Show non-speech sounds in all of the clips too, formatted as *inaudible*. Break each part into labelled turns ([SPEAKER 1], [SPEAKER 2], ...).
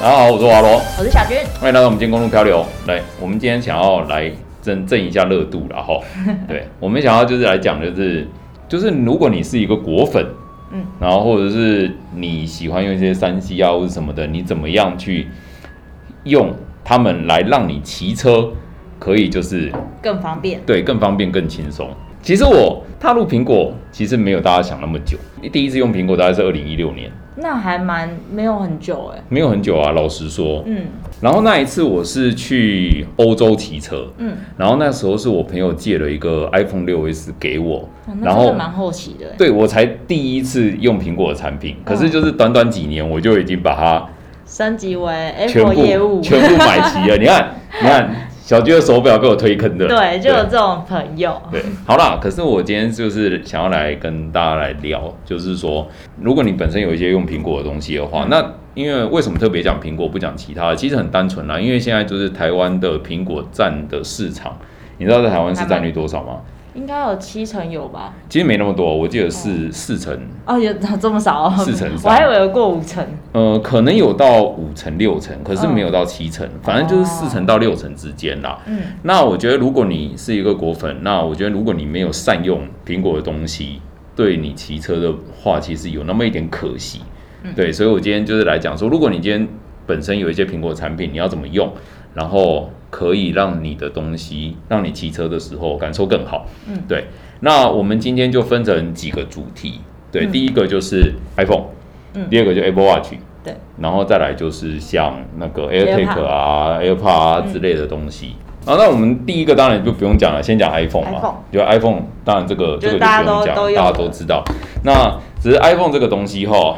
[SPEAKER 1] 大家好，我是华罗，
[SPEAKER 2] 我是小军。
[SPEAKER 1] 欢迎来到我们今天公路漂流。来，我们今天想要来争争一下热度啦，哈。对，我们想要就是来讲，就是就是如果你是一个果粉，
[SPEAKER 2] 嗯，
[SPEAKER 1] 然后或者是你喜欢用一些三 C 啊或者什么的，你怎么样去用它们来让你骑车可以就是
[SPEAKER 2] 更方便。
[SPEAKER 1] 对，更方便、更轻松。其实我踏入苹果，其实没有大家想那么久。第一次用苹果大概是二零一六年，
[SPEAKER 2] 那还蛮没有很久哎、
[SPEAKER 1] 没有很久啊，老实说。
[SPEAKER 2] 嗯
[SPEAKER 1] 然后那一次我是去欧洲骑车，
[SPEAKER 2] 嗯，
[SPEAKER 1] 然后那时候是我朋友借了一个 iPhone 六 S 给我
[SPEAKER 2] 哇，哦那
[SPEAKER 1] 然
[SPEAKER 2] 真
[SPEAKER 1] 后
[SPEAKER 2] 的蛮好奇的、欸。
[SPEAKER 1] 对我才第一次用苹果的产
[SPEAKER 2] 嗯
[SPEAKER 1] 品，可是就是短短几年我就已经把它
[SPEAKER 2] 升级为
[SPEAKER 1] 全
[SPEAKER 2] Apple 业
[SPEAKER 1] 部
[SPEAKER 2] 务，
[SPEAKER 1] 全部买齐了。你看，你看，小鞠的手表被我推坑的，
[SPEAKER 2] *laughs* 对，就有这种朋友。
[SPEAKER 1] 对，好啦，可是我今天就是想要来跟大家来聊，就是说，如果你本身有一些用苹果的东西的话，那因为为什么特别讲苹果不讲其他的？其实很单纯啦，因为现在就是台湾的苹果占的市场，你知道在台湾市占率多少吗？
[SPEAKER 2] 应该有七成有吧？
[SPEAKER 1] 其实没那么多，我记得是四成，
[SPEAKER 2] 哦，有 *laughs* 这么少、哦？
[SPEAKER 1] 四成
[SPEAKER 2] 我
[SPEAKER 1] 三
[SPEAKER 2] 还以为有过五成。
[SPEAKER 1] 呃，可能有到五成六成，可是没有到七成，反正就是四成到六成之间啦。
[SPEAKER 2] 嗯
[SPEAKER 1] 那我觉得，如果你是一个果粉，那我觉得如果你没有善用苹果的东西，对你骑车的话，其实有那么一点可惜。
[SPEAKER 2] 嗯
[SPEAKER 1] 对，所以我今天就是来讲说，如果你今天本身有一些苹果产品，你要怎么用，然后可以让你的东西，让你骑车的时候感受更好。
[SPEAKER 2] 嗯
[SPEAKER 1] 对。那我们今天就分成几个主题，对，
[SPEAKER 2] 嗯
[SPEAKER 1] 第一个就是 iPhone，
[SPEAKER 2] 嗯
[SPEAKER 1] 第二个就 Apple Watch，
[SPEAKER 2] 对，
[SPEAKER 1] 然后再来就是像那个 AirTag 啊、AirPod 啊
[SPEAKER 2] 嗯
[SPEAKER 1] 之类的东西。啊，那我们第一个当然就不用讲了，先讲 iPhone 嘛
[SPEAKER 2] iPhone。
[SPEAKER 1] 就 iPhone，当然这个这个
[SPEAKER 2] 就是
[SPEAKER 1] 就
[SPEAKER 2] 大家
[SPEAKER 1] 不用
[SPEAKER 2] 都
[SPEAKER 1] 讲，
[SPEAKER 2] 都有
[SPEAKER 1] 大家
[SPEAKER 2] 的
[SPEAKER 1] 都知道。那只是 iPhone 这个东西哈，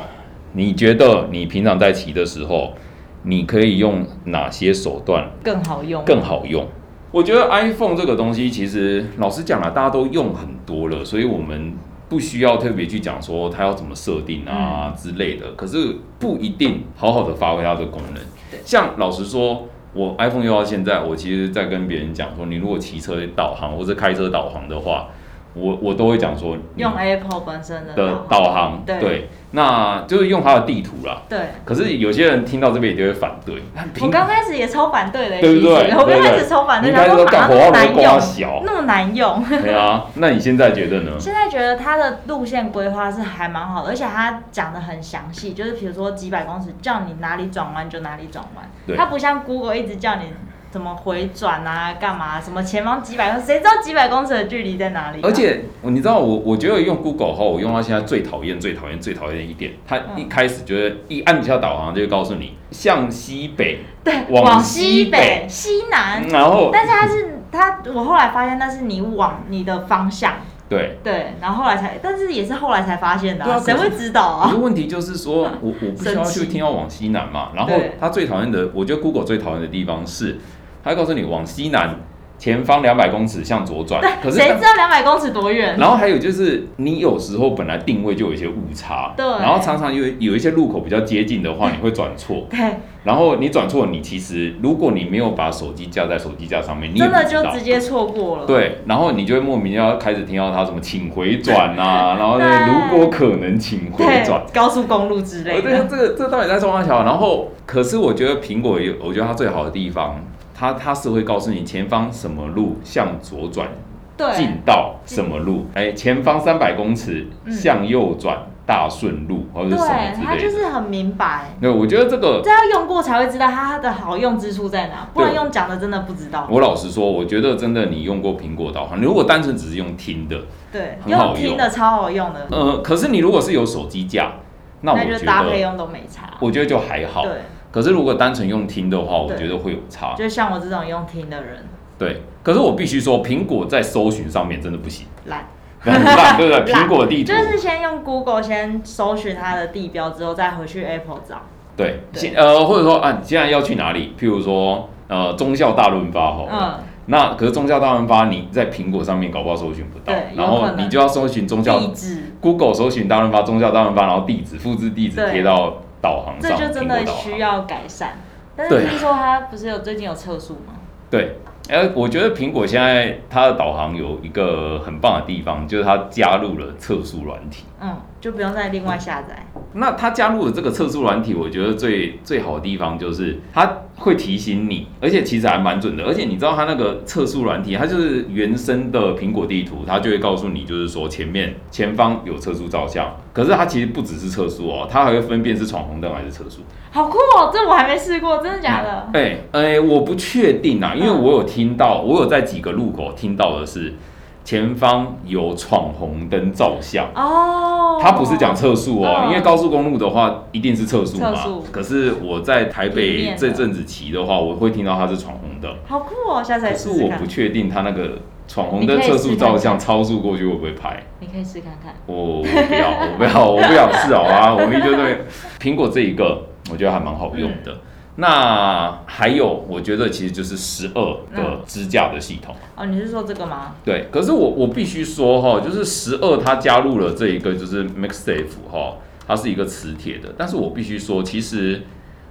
[SPEAKER 1] 你觉得你平常在骑的时候，你可以用哪些手段
[SPEAKER 2] 更好用。
[SPEAKER 1] 更好用？我觉得 iPhone 这个东西，其实老实讲啊，大家都用很多了，所以我们不需要特别去讲说它要怎么设定
[SPEAKER 2] 嗯
[SPEAKER 1] 啊之类的。可是不一定好好的发挥它的功能。像老实说，我 iPhone 用到现在，我其实在跟别人讲说，你如果骑车导航或者开车导航的话，我我都会讲说你
[SPEAKER 2] 用 Apple 本身的
[SPEAKER 1] 的导航，
[SPEAKER 2] 对
[SPEAKER 1] 对，那就是用它的地图啦。
[SPEAKER 2] 对
[SPEAKER 1] 可是有些人听到这边也就会反对，
[SPEAKER 2] 我刚开始也超反对的、欸，
[SPEAKER 1] 对不对
[SPEAKER 2] 其实我刚
[SPEAKER 1] 对不对
[SPEAKER 2] 开始超反
[SPEAKER 1] 你一
[SPEAKER 2] 对，
[SPEAKER 1] 开
[SPEAKER 2] 然
[SPEAKER 1] 始都
[SPEAKER 2] 后把
[SPEAKER 1] 干
[SPEAKER 2] 它
[SPEAKER 1] 活，
[SPEAKER 2] 那么
[SPEAKER 1] 我都
[SPEAKER 2] 难用
[SPEAKER 1] 刮，小，
[SPEAKER 2] 那么难用。
[SPEAKER 1] 对啊。那你现在觉得呢？
[SPEAKER 2] 现在觉得它的路线规划是还蛮好的，而且它讲的很详细，就是比如说几百公尺，叫你哪里转弯就哪里转
[SPEAKER 1] 对
[SPEAKER 2] 弯，它不像 Google 一直叫你怎么回转啊、干嘛、什么前方几百公尺，谁知道几百公尺的距离在哪里啊、
[SPEAKER 1] 而且你知道我，我觉得用 Google 后，我用到现在最讨厌、最讨厌、最讨厌一点，它
[SPEAKER 2] 嗯
[SPEAKER 1] 一开始就是一按一下导航就会告诉你向西北，
[SPEAKER 2] 对
[SPEAKER 1] 往
[SPEAKER 2] 往
[SPEAKER 1] 西
[SPEAKER 2] 西
[SPEAKER 1] 北嗯
[SPEAKER 2] 北、西南，
[SPEAKER 1] 然后
[SPEAKER 2] 但是它是它，我后来发现那是你往你的方向，
[SPEAKER 1] 对。
[SPEAKER 2] 对，然后后来才，但是也是后来才发现的、
[SPEAKER 1] 对啊
[SPEAKER 2] 啊，
[SPEAKER 1] 可
[SPEAKER 2] 谁
[SPEAKER 1] 是
[SPEAKER 2] 会知道
[SPEAKER 1] 可
[SPEAKER 2] 啊
[SPEAKER 1] 是？问题就是
[SPEAKER 2] *laughs*
[SPEAKER 1] 说，我我不需要去听到往西南嘛。然后
[SPEAKER 2] 对
[SPEAKER 1] 它最讨厌的，我觉得 Google 最讨厌的地方是，它会告诉你往西南前方两百公尺向左转，可是
[SPEAKER 2] 谁知道两百公尺多远？
[SPEAKER 1] 然后还有就是，你有时候本来定位就有一些误差，
[SPEAKER 2] 对
[SPEAKER 1] 然后常常有有一些路口比较接近的话，你会转错，
[SPEAKER 2] 对，
[SPEAKER 1] 然后你转错，你其实如果你没有把手机架在手机架上面，你也
[SPEAKER 2] 真
[SPEAKER 1] 不
[SPEAKER 2] 的
[SPEAKER 1] 知
[SPEAKER 2] 就
[SPEAKER 1] 道
[SPEAKER 2] 直。接错过了。
[SPEAKER 1] 对，然后你就会莫名要开始听到他什么“请回转”啊，然后呢，
[SPEAKER 2] *laughs* 对
[SPEAKER 1] 如果可能，请回
[SPEAKER 2] 对，
[SPEAKER 1] 转。
[SPEAKER 2] 高速公路之类
[SPEAKER 1] 我觉得
[SPEAKER 2] 的。
[SPEAKER 1] 这个这到底在中华桥？然后，可是我觉得苹果有，我觉得它最好的地方，它它是会告诉你前方什么路向左转，
[SPEAKER 2] 对
[SPEAKER 1] 进到什么路？哎，前方三百公尺
[SPEAKER 2] 嗯
[SPEAKER 1] 向右转大顺路，或者是什么
[SPEAKER 2] 对，它
[SPEAKER 1] 之
[SPEAKER 2] 就
[SPEAKER 1] 类的。
[SPEAKER 2] 是很明白，
[SPEAKER 1] 对，我觉得这个，
[SPEAKER 2] 这要用过才会知道它的好用之处在哪，不然
[SPEAKER 1] 对
[SPEAKER 2] 用讲的真的不知道。
[SPEAKER 1] 我老实说，我觉得真的你用过苹果导航，如果单纯只是用听的，
[SPEAKER 2] 对，
[SPEAKER 1] 很好
[SPEAKER 2] 用
[SPEAKER 1] 用
[SPEAKER 2] 听的超好用的，
[SPEAKER 1] 呃，可是你如果是有手机架，那我
[SPEAKER 2] 那
[SPEAKER 1] 觉
[SPEAKER 2] 就搭配
[SPEAKER 1] 得，
[SPEAKER 2] 用都没差。
[SPEAKER 1] 我觉得就还好。
[SPEAKER 2] 对，
[SPEAKER 1] 可是如果单纯用听的话，我
[SPEAKER 2] 对
[SPEAKER 1] 觉得会有差。
[SPEAKER 2] 就像我这种用听的人，
[SPEAKER 1] 对，可是我必须说，苹果在搜寻上面真的不行， *laughs*
[SPEAKER 2] 懒，
[SPEAKER 1] 很烂，对不
[SPEAKER 2] *laughs*
[SPEAKER 1] 对？
[SPEAKER 2] 懒
[SPEAKER 1] 苹果地图
[SPEAKER 2] 就是先用 Google 先搜寻它的地标，之后再回去 Apple 找。
[SPEAKER 1] 对，
[SPEAKER 2] 对
[SPEAKER 1] 现呃，或者说啊，你现在要去哪里？譬如说，呃，中校大润发好了
[SPEAKER 2] 嗯，
[SPEAKER 1] 那可是中校大润发，你在苹果上面搞不好搜寻不到
[SPEAKER 2] 对，
[SPEAKER 1] 然
[SPEAKER 2] 有
[SPEAKER 1] 后
[SPEAKER 2] 可能
[SPEAKER 1] 你就要搜寻中校
[SPEAKER 2] 地址，
[SPEAKER 1] Google 搜寻大润发、中校大润发，然后地址复制地址
[SPEAKER 2] 对
[SPEAKER 1] 贴到导航
[SPEAKER 2] 这
[SPEAKER 1] 上，
[SPEAKER 2] 就真
[SPEAKER 1] 苹
[SPEAKER 2] 的
[SPEAKER 1] 果导航
[SPEAKER 2] 需要改善。但
[SPEAKER 1] 啊对啊
[SPEAKER 2] 是听说它不是有最近有测速吗？
[SPEAKER 1] 对。哎，我觉得苹果现在它的导航有一个很棒的地方，就是它加入了测速软体。
[SPEAKER 2] 嗯，就不用再另外下载。
[SPEAKER 1] 那它加入了这个测速软体，我觉得最最好的地方就是它会提醒你，而且其实还蛮准的。而且你知道它那个测速软体，它就是原生的苹果地图，它就会告诉你，就是说前面前方有测速照相。可是它其实不只是测速哦，它还会分辨是闯红灯还是测速。
[SPEAKER 2] 好酷哦，这我还没试过，真的假的？嗯
[SPEAKER 1] 哎、哎、我不确定啊，因为我有听到，我有在几个路口听到的是前方有闯红灯照相。
[SPEAKER 2] 哦，
[SPEAKER 1] 它不是讲测速哦，
[SPEAKER 2] 嗯
[SPEAKER 1] 因为高速公路的话一定是测速嘛
[SPEAKER 2] 测速。
[SPEAKER 1] 可是我在台
[SPEAKER 2] 平
[SPEAKER 1] 北
[SPEAKER 2] 面的
[SPEAKER 1] 这阵子骑的话，我会听到它是闯红灯，
[SPEAKER 2] 好酷哦，下次来
[SPEAKER 1] 可
[SPEAKER 2] 试
[SPEAKER 1] 是
[SPEAKER 2] 试
[SPEAKER 1] 我
[SPEAKER 2] 看
[SPEAKER 1] 不。确定它那个闯红
[SPEAKER 2] 你
[SPEAKER 1] 灯
[SPEAKER 2] 可以试
[SPEAKER 1] 测
[SPEAKER 2] 看
[SPEAKER 1] 速照相超速过去会不会拍。
[SPEAKER 2] 你可以试看看。
[SPEAKER 1] 我我不要， *laughs* 我不要，我不想试好啊！我们就对苹果这一个，我觉得还蛮好用的。
[SPEAKER 2] 嗯
[SPEAKER 1] 那还有，我觉得其实就是十二的
[SPEAKER 2] 嗯
[SPEAKER 1] 支架的系统。
[SPEAKER 2] 哦，你是说这个吗？
[SPEAKER 1] 对，可是我我必须说哈，就是十二它加入了这一个就是 MaxSafe 哈，它是一个磁铁的，但是我必须说，其实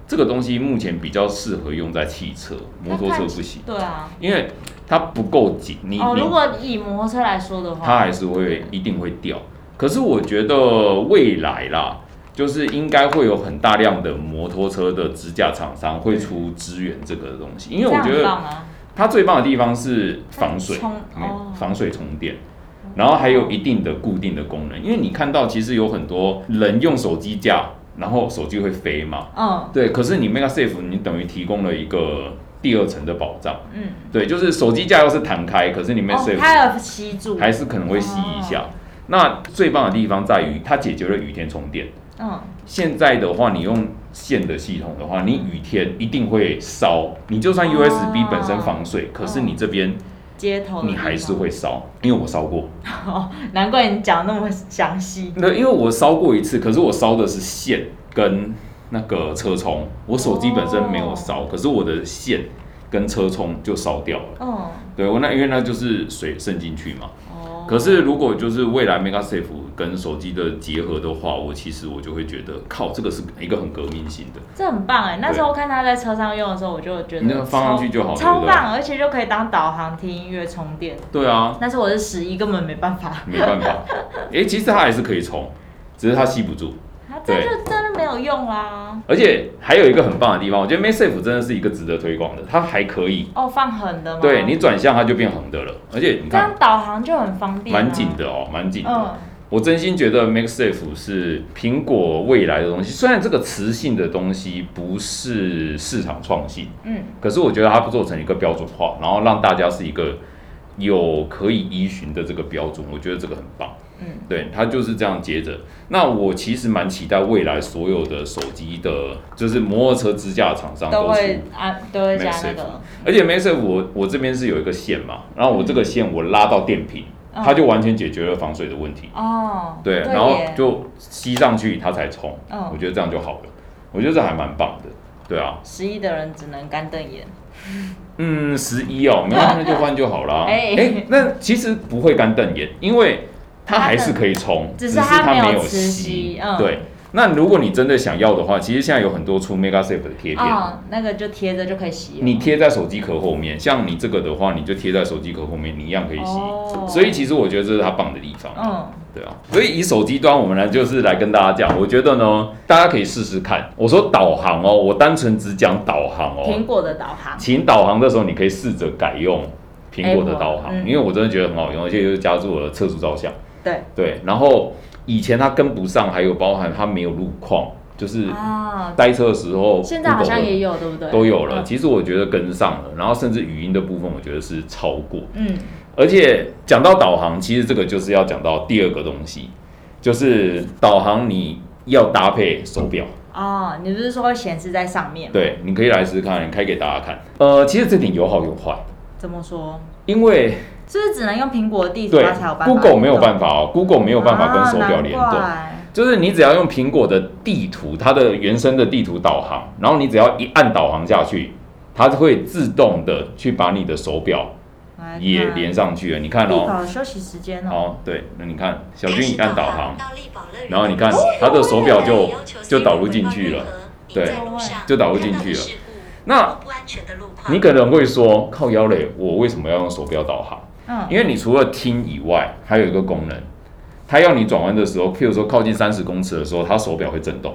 [SPEAKER 1] 这个东西目前比较适合用在汽车，摩托车不行，
[SPEAKER 2] 对啊。
[SPEAKER 1] 因为它不够紧，你
[SPEAKER 2] 哦，
[SPEAKER 1] 你
[SPEAKER 2] 如果以摩托车来说的话，
[SPEAKER 1] 它还是会一定会掉。可是我觉得未来啦，就是应该会有很大量的摩托车的支架厂商会出支援这个东西，因为我觉
[SPEAKER 2] 这样很
[SPEAKER 1] 得
[SPEAKER 2] 棒啊
[SPEAKER 1] 它最棒的地方是防水
[SPEAKER 2] 它充，
[SPEAKER 1] 嗯
[SPEAKER 2] 哦
[SPEAKER 1] 防水充电。然后还有一定的固定的功能，因为你看到其实有很多人用手机架，然后手机会飞嘛，
[SPEAKER 2] 嗯
[SPEAKER 1] 对。可是你 Mega Safe 你等于提供了一个第二层的保障，
[SPEAKER 2] 嗯，
[SPEAKER 1] 对，就是手机架要是弹开，可是你 Mega
[SPEAKER 2] 哦
[SPEAKER 1] Safe、，
[SPEAKER 2] 它有吸住，
[SPEAKER 1] 还是可能会吸一下。那最棒的地方在于它解决了雨天充电。
[SPEAKER 2] 嗯，
[SPEAKER 1] 现在的话，你用线的系统的话，你雨天一定会烧。你就算 USB 本身防水，可是你这边
[SPEAKER 2] 街头的地
[SPEAKER 1] 你
[SPEAKER 2] 方
[SPEAKER 1] 还是，会烧，因为我烧过。
[SPEAKER 2] 难怪你讲那么详细。
[SPEAKER 1] 那因为我烧过一次，可是我烧的是线跟那个车充，我手机本身没有烧，可是我的线跟车充就烧掉了。
[SPEAKER 2] 嗯，
[SPEAKER 1] 对我那因为那就是水渗进去嘛。
[SPEAKER 2] 哦，
[SPEAKER 1] 可是如果就是未来 Mega Safe 跟手机的结合的话，我其实我就会觉得，靠，这个是一个很革命性的，
[SPEAKER 2] 这很棒哎！那时候看他在车上用的时候，我就觉
[SPEAKER 1] 你
[SPEAKER 2] 得
[SPEAKER 1] 就放上去就好了
[SPEAKER 2] 超
[SPEAKER 1] 对不对
[SPEAKER 2] 棒，而且就可以当导航、听音乐、充电。
[SPEAKER 1] 对啊，
[SPEAKER 2] 但是我是十一，根本没办法，
[SPEAKER 1] 没办
[SPEAKER 2] *laughs*
[SPEAKER 1] 法，诶，其实它还是可以充，只是它吸不住。
[SPEAKER 2] 他这
[SPEAKER 1] 对
[SPEAKER 2] 就真的没有用啊啦。
[SPEAKER 1] 而且还有一个很棒的地方，我觉得 Mega Safe 真的是一个值得推广的，它还可以，
[SPEAKER 2] 哦，放狠的吗？
[SPEAKER 1] 对你转向它就变红的了，而且你
[SPEAKER 2] 这
[SPEAKER 1] 看
[SPEAKER 2] 样导航就很方便、啊，
[SPEAKER 1] 蛮紧的哦，蛮紧的。
[SPEAKER 2] 嗯，
[SPEAKER 1] 我真心觉得 MaxSafe 是苹果未来的东西，虽然这个磁性的东西不是市场创新，
[SPEAKER 2] 嗯，
[SPEAKER 1] 可是我觉得它做成一个标准化，然后让大家是一个有可以依循的这个标准，我觉得这个很棒。
[SPEAKER 2] 嗯，
[SPEAKER 1] 对，它就是这样接着。那我其实蛮期待未来所有的手机的，就是摩托车支架厂商
[SPEAKER 2] 都
[SPEAKER 1] 都出
[SPEAKER 2] 会安、都会加那
[SPEAKER 1] MagSafe
[SPEAKER 2] 个，
[SPEAKER 1] 而且 m a x 我我这边是有一个线嘛，然后我这个线我拉到电瓶，
[SPEAKER 2] 嗯
[SPEAKER 1] 它就完全解决了防水的问题。
[SPEAKER 2] 哦，
[SPEAKER 1] 对，
[SPEAKER 2] 耶
[SPEAKER 1] 然后就吸上去它才冲，
[SPEAKER 2] 嗯
[SPEAKER 1] 我觉得这样就好了。我觉得这还蛮棒的。对啊，
[SPEAKER 2] 十一的人只能干瞪眼，
[SPEAKER 1] 嗯，十一哦，没关系，那就换就好啦。
[SPEAKER 2] *laughs* 哎
[SPEAKER 1] 哎、那其实不会干瞪眼，因为它还是可以冲，
[SPEAKER 2] *laughs* 只
[SPEAKER 1] 只
[SPEAKER 2] 是
[SPEAKER 1] 是
[SPEAKER 2] 它
[SPEAKER 1] 它
[SPEAKER 2] 没有
[SPEAKER 1] 有
[SPEAKER 2] 磁吸嗯
[SPEAKER 1] 对，那如果你真的想要的话，其实现在有很多出 Mega Safe 的贴片。
[SPEAKER 2] 哦，那个就贴着就可以洗了，
[SPEAKER 1] 你贴在手机壳后面，像你这个的话，你就贴在手机壳后面，你一样可以吸。
[SPEAKER 2] 哦
[SPEAKER 1] 所以其实我觉得这是它棒的地方。
[SPEAKER 2] 嗯，
[SPEAKER 1] 对啊，所以以手机端，我们来就是来跟大家讲，我觉得呢，大家可以试试看。我说导航哦，我单纯只讲导航
[SPEAKER 2] 苹
[SPEAKER 1] 哦，
[SPEAKER 2] 果的导航，
[SPEAKER 1] 请导航的时候，你可以试着改用苹果的
[SPEAKER 2] Apple，
[SPEAKER 1] 导航，
[SPEAKER 2] 嗯
[SPEAKER 1] 因为我真的觉得很好用，而且又加入了测速照相。
[SPEAKER 2] 对
[SPEAKER 1] 对，然后以前它跟不上，还有包含它没有路况，就是
[SPEAKER 2] 啊，
[SPEAKER 1] 塞车的时候，
[SPEAKER 2] 现在好像
[SPEAKER 1] 嗯 Google
[SPEAKER 2] 也有，对不对？
[SPEAKER 1] 都有了。
[SPEAKER 2] 嗯
[SPEAKER 1] 其实我觉得跟上了，然后甚至语音的部分，我觉得是超过。
[SPEAKER 2] 嗯，
[SPEAKER 1] 而且讲到导航，其实这个就是要讲到第二个东西，就是导航你要搭配手表。
[SPEAKER 2] 哦，你不是说会显示在上面？，
[SPEAKER 1] 对，你可以来试试看，你开给大家看。呃，其实这点有好有坏，
[SPEAKER 2] 怎么说？
[SPEAKER 1] 因为
[SPEAKER 2] 是不是只能用苹果的地图
[SPEAKER 1] 对
[SPEAKER 2] 它才有办法
[SPEAKER 1] ，Google
[SPEAKER 2] 移
[SPEAKER 1] 没有
[SPEAKER 2] 动
[SPEAKER 1] 办法哦，Google 没有办法跟手表联
[SPEAKER 2] 啊
[SPEAKER 1] 动。
[SPEAKER 2] 难
[SPEAKER 1] 就是你只要用苹果的地图，它的原生的地图导航，然后你只要一按导航下去，它会自动的去把你的手表
[SPEAKER 2] 怪来
[SPEAKER 1] 也
[SPEAKER 2] 看
[SPEAKER 1] 连上去了。你看
[SPEAKER 2] 地
[SPEAKER 1] 哦，
[SPEAKER 2] 堡休息时间哦，
[SPEAKER 1] 哦，对，那你看小
[SPEAKER 3] 小
[SPEAKER 1] 军
[SPEAKER 3] 军
[SPEAKER 1] 一
[SPEAKER 3] 一
[SPEAKER 1] 按
[SPEAKER 3] 按
[SPEAKER 1] 导
[SPEAKER 3] 导
[SPEAKER 1] 航
[SPEAKER 3] 航，，
[SPEAKER 1] 然
[SPEAKER 3] 然
[SPEAKER 1] 后
[SPEAKER 3] 后
[SPEAKER 1] 你
[SPEAKER 3] 你
[SPEAKER 1] 看
[SPEAKER 3] 看
[SPEAKER 1] 他
[SPEAKER 3] 他
[SPEAKER 1] 的
[SPEAKER 3] 的
[SPEAKER 1] 手
[SPEAKER 3] 手
[SPEAKER 1] 表
[SPEAKER 3] 表
[SPEAKER 1] 就
[SPEAKER 3] 就
[SPEAKER 1] 就
[SPEAKER 3] 就
[SPEAKER 1] 导
[SPEAKER 3] 导
[SPEAKER 1] 入
[SPEAKER 3] 入
[SPEAKER 1] 进
[SPEAKER 3] 进
[SPEAKER 1] 去
[SPEAKER 3] 去
[SPEAKER 1] 了
[SPEAKER 3] 了，
[SPEAKER 1] 对
[SPEAKER 3] 对，
[SPEAKER 1] 就
[SPEAKER 3] 就
[SPEAKER 1] 导
[SPEAKER 3] 导
[SPEAKER 1] 入
[SPEAKER 3] 入
[SPEAKER 1] 进
[SPEAKER 3] 进
[SPEAKER 1] 去
[SPEAKER 3] 去
[SPEAKER 1] 了
[SPEAKER 3] 了。
[SPEAKER 1] 那你
[SPEAKER 3] 你
[SPEAKER 1] 可能会说，靠腰嘞，我为什么要用手表导航？
[SPEAKER 2] 嗯，
[SPEAKER 1] 因为你除了听以外，还有一个功能，它要你转弯的时候，譬如说靠近三十公尺的时候，它手表会震动。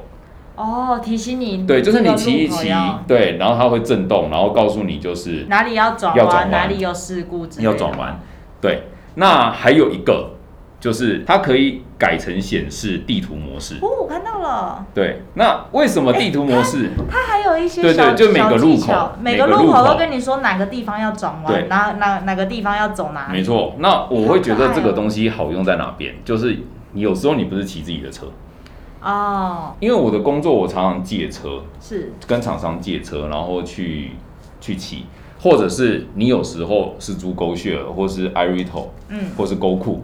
[SPEAKER 2] 哦，提醒你，
[SPEAKER 1] 对，就是你
[SPEAKER 2] 这个
[SPEAKER 1] 骑一
[SPEAKER 2] 路口
[SPEAKER 1] 骑
[SPEAKER 2] 要，
[SPEAKER 1] 对，然后它会震动，然后告诉你就是
[SPEAKER 2] 哪里要转
[SPEAKER 1] 要转弯
[SPEAKER 2] 弯，哪里有事故之类的
[SPEAKER 1] 要转弯。对，那还有一个就是它可以改成显示地图模式。
[SPEAKER 2] 哦，我看到了，
[SPEAKER 1] 对，那为什么地图模式？
[SPEAKER 2] 它还有一些
[SPEAKER 1] 对
[SPEAKER 2] 小
[SPEAKER 1] 对就每个路口
[SPEAKER 2] 小技巧每
[SPEAKER 1] 每
[SPEAKER 2] 个
[SPEAKER 1] 个
[SPEAKER 2] 路
[SPEAKER 1] 路
[SPEAKER 2] 口
[SPEAKER 1] 口
[SPEAKER 2] 都跟你说哪个地方要转
[SPEAKER 1] 对
[SPEAKER 2] 弯，哪哪哪个地方要走哪里。
[SPEAKER 1] 没错，那我会觉
[SPEAKER 2] 好可爱
[SPEAKER 1] 得
[SPEAKER 2] 哦
[SPEAKER 1] 这个东西好用在哪边？就是你有时候你不是骑自己的车，
[SPEAKER 2] 哦，
[SPEAKER 1] 因为我的工作我常常借车，
[SPEAKER 2] 是
[SPEAKER 1] 跟厂商借车，然后去去骑，或者是你有时候是租 g o s h a r 或是 iRito，
[SPEAKER 2] 嗯
[SPEAKER 1] 或是 Go 酷。
[SPEAKER 2] 嗯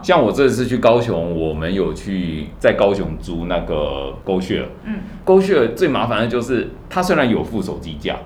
[SPEAKER 1] 像我这次去高雄，我们有去在高雄租那个 g o s h a r
[SPEAKER 2] 嗯，
[SPEAKER 1] g o s h a r 最麻烦的就是它虽然有副手机架，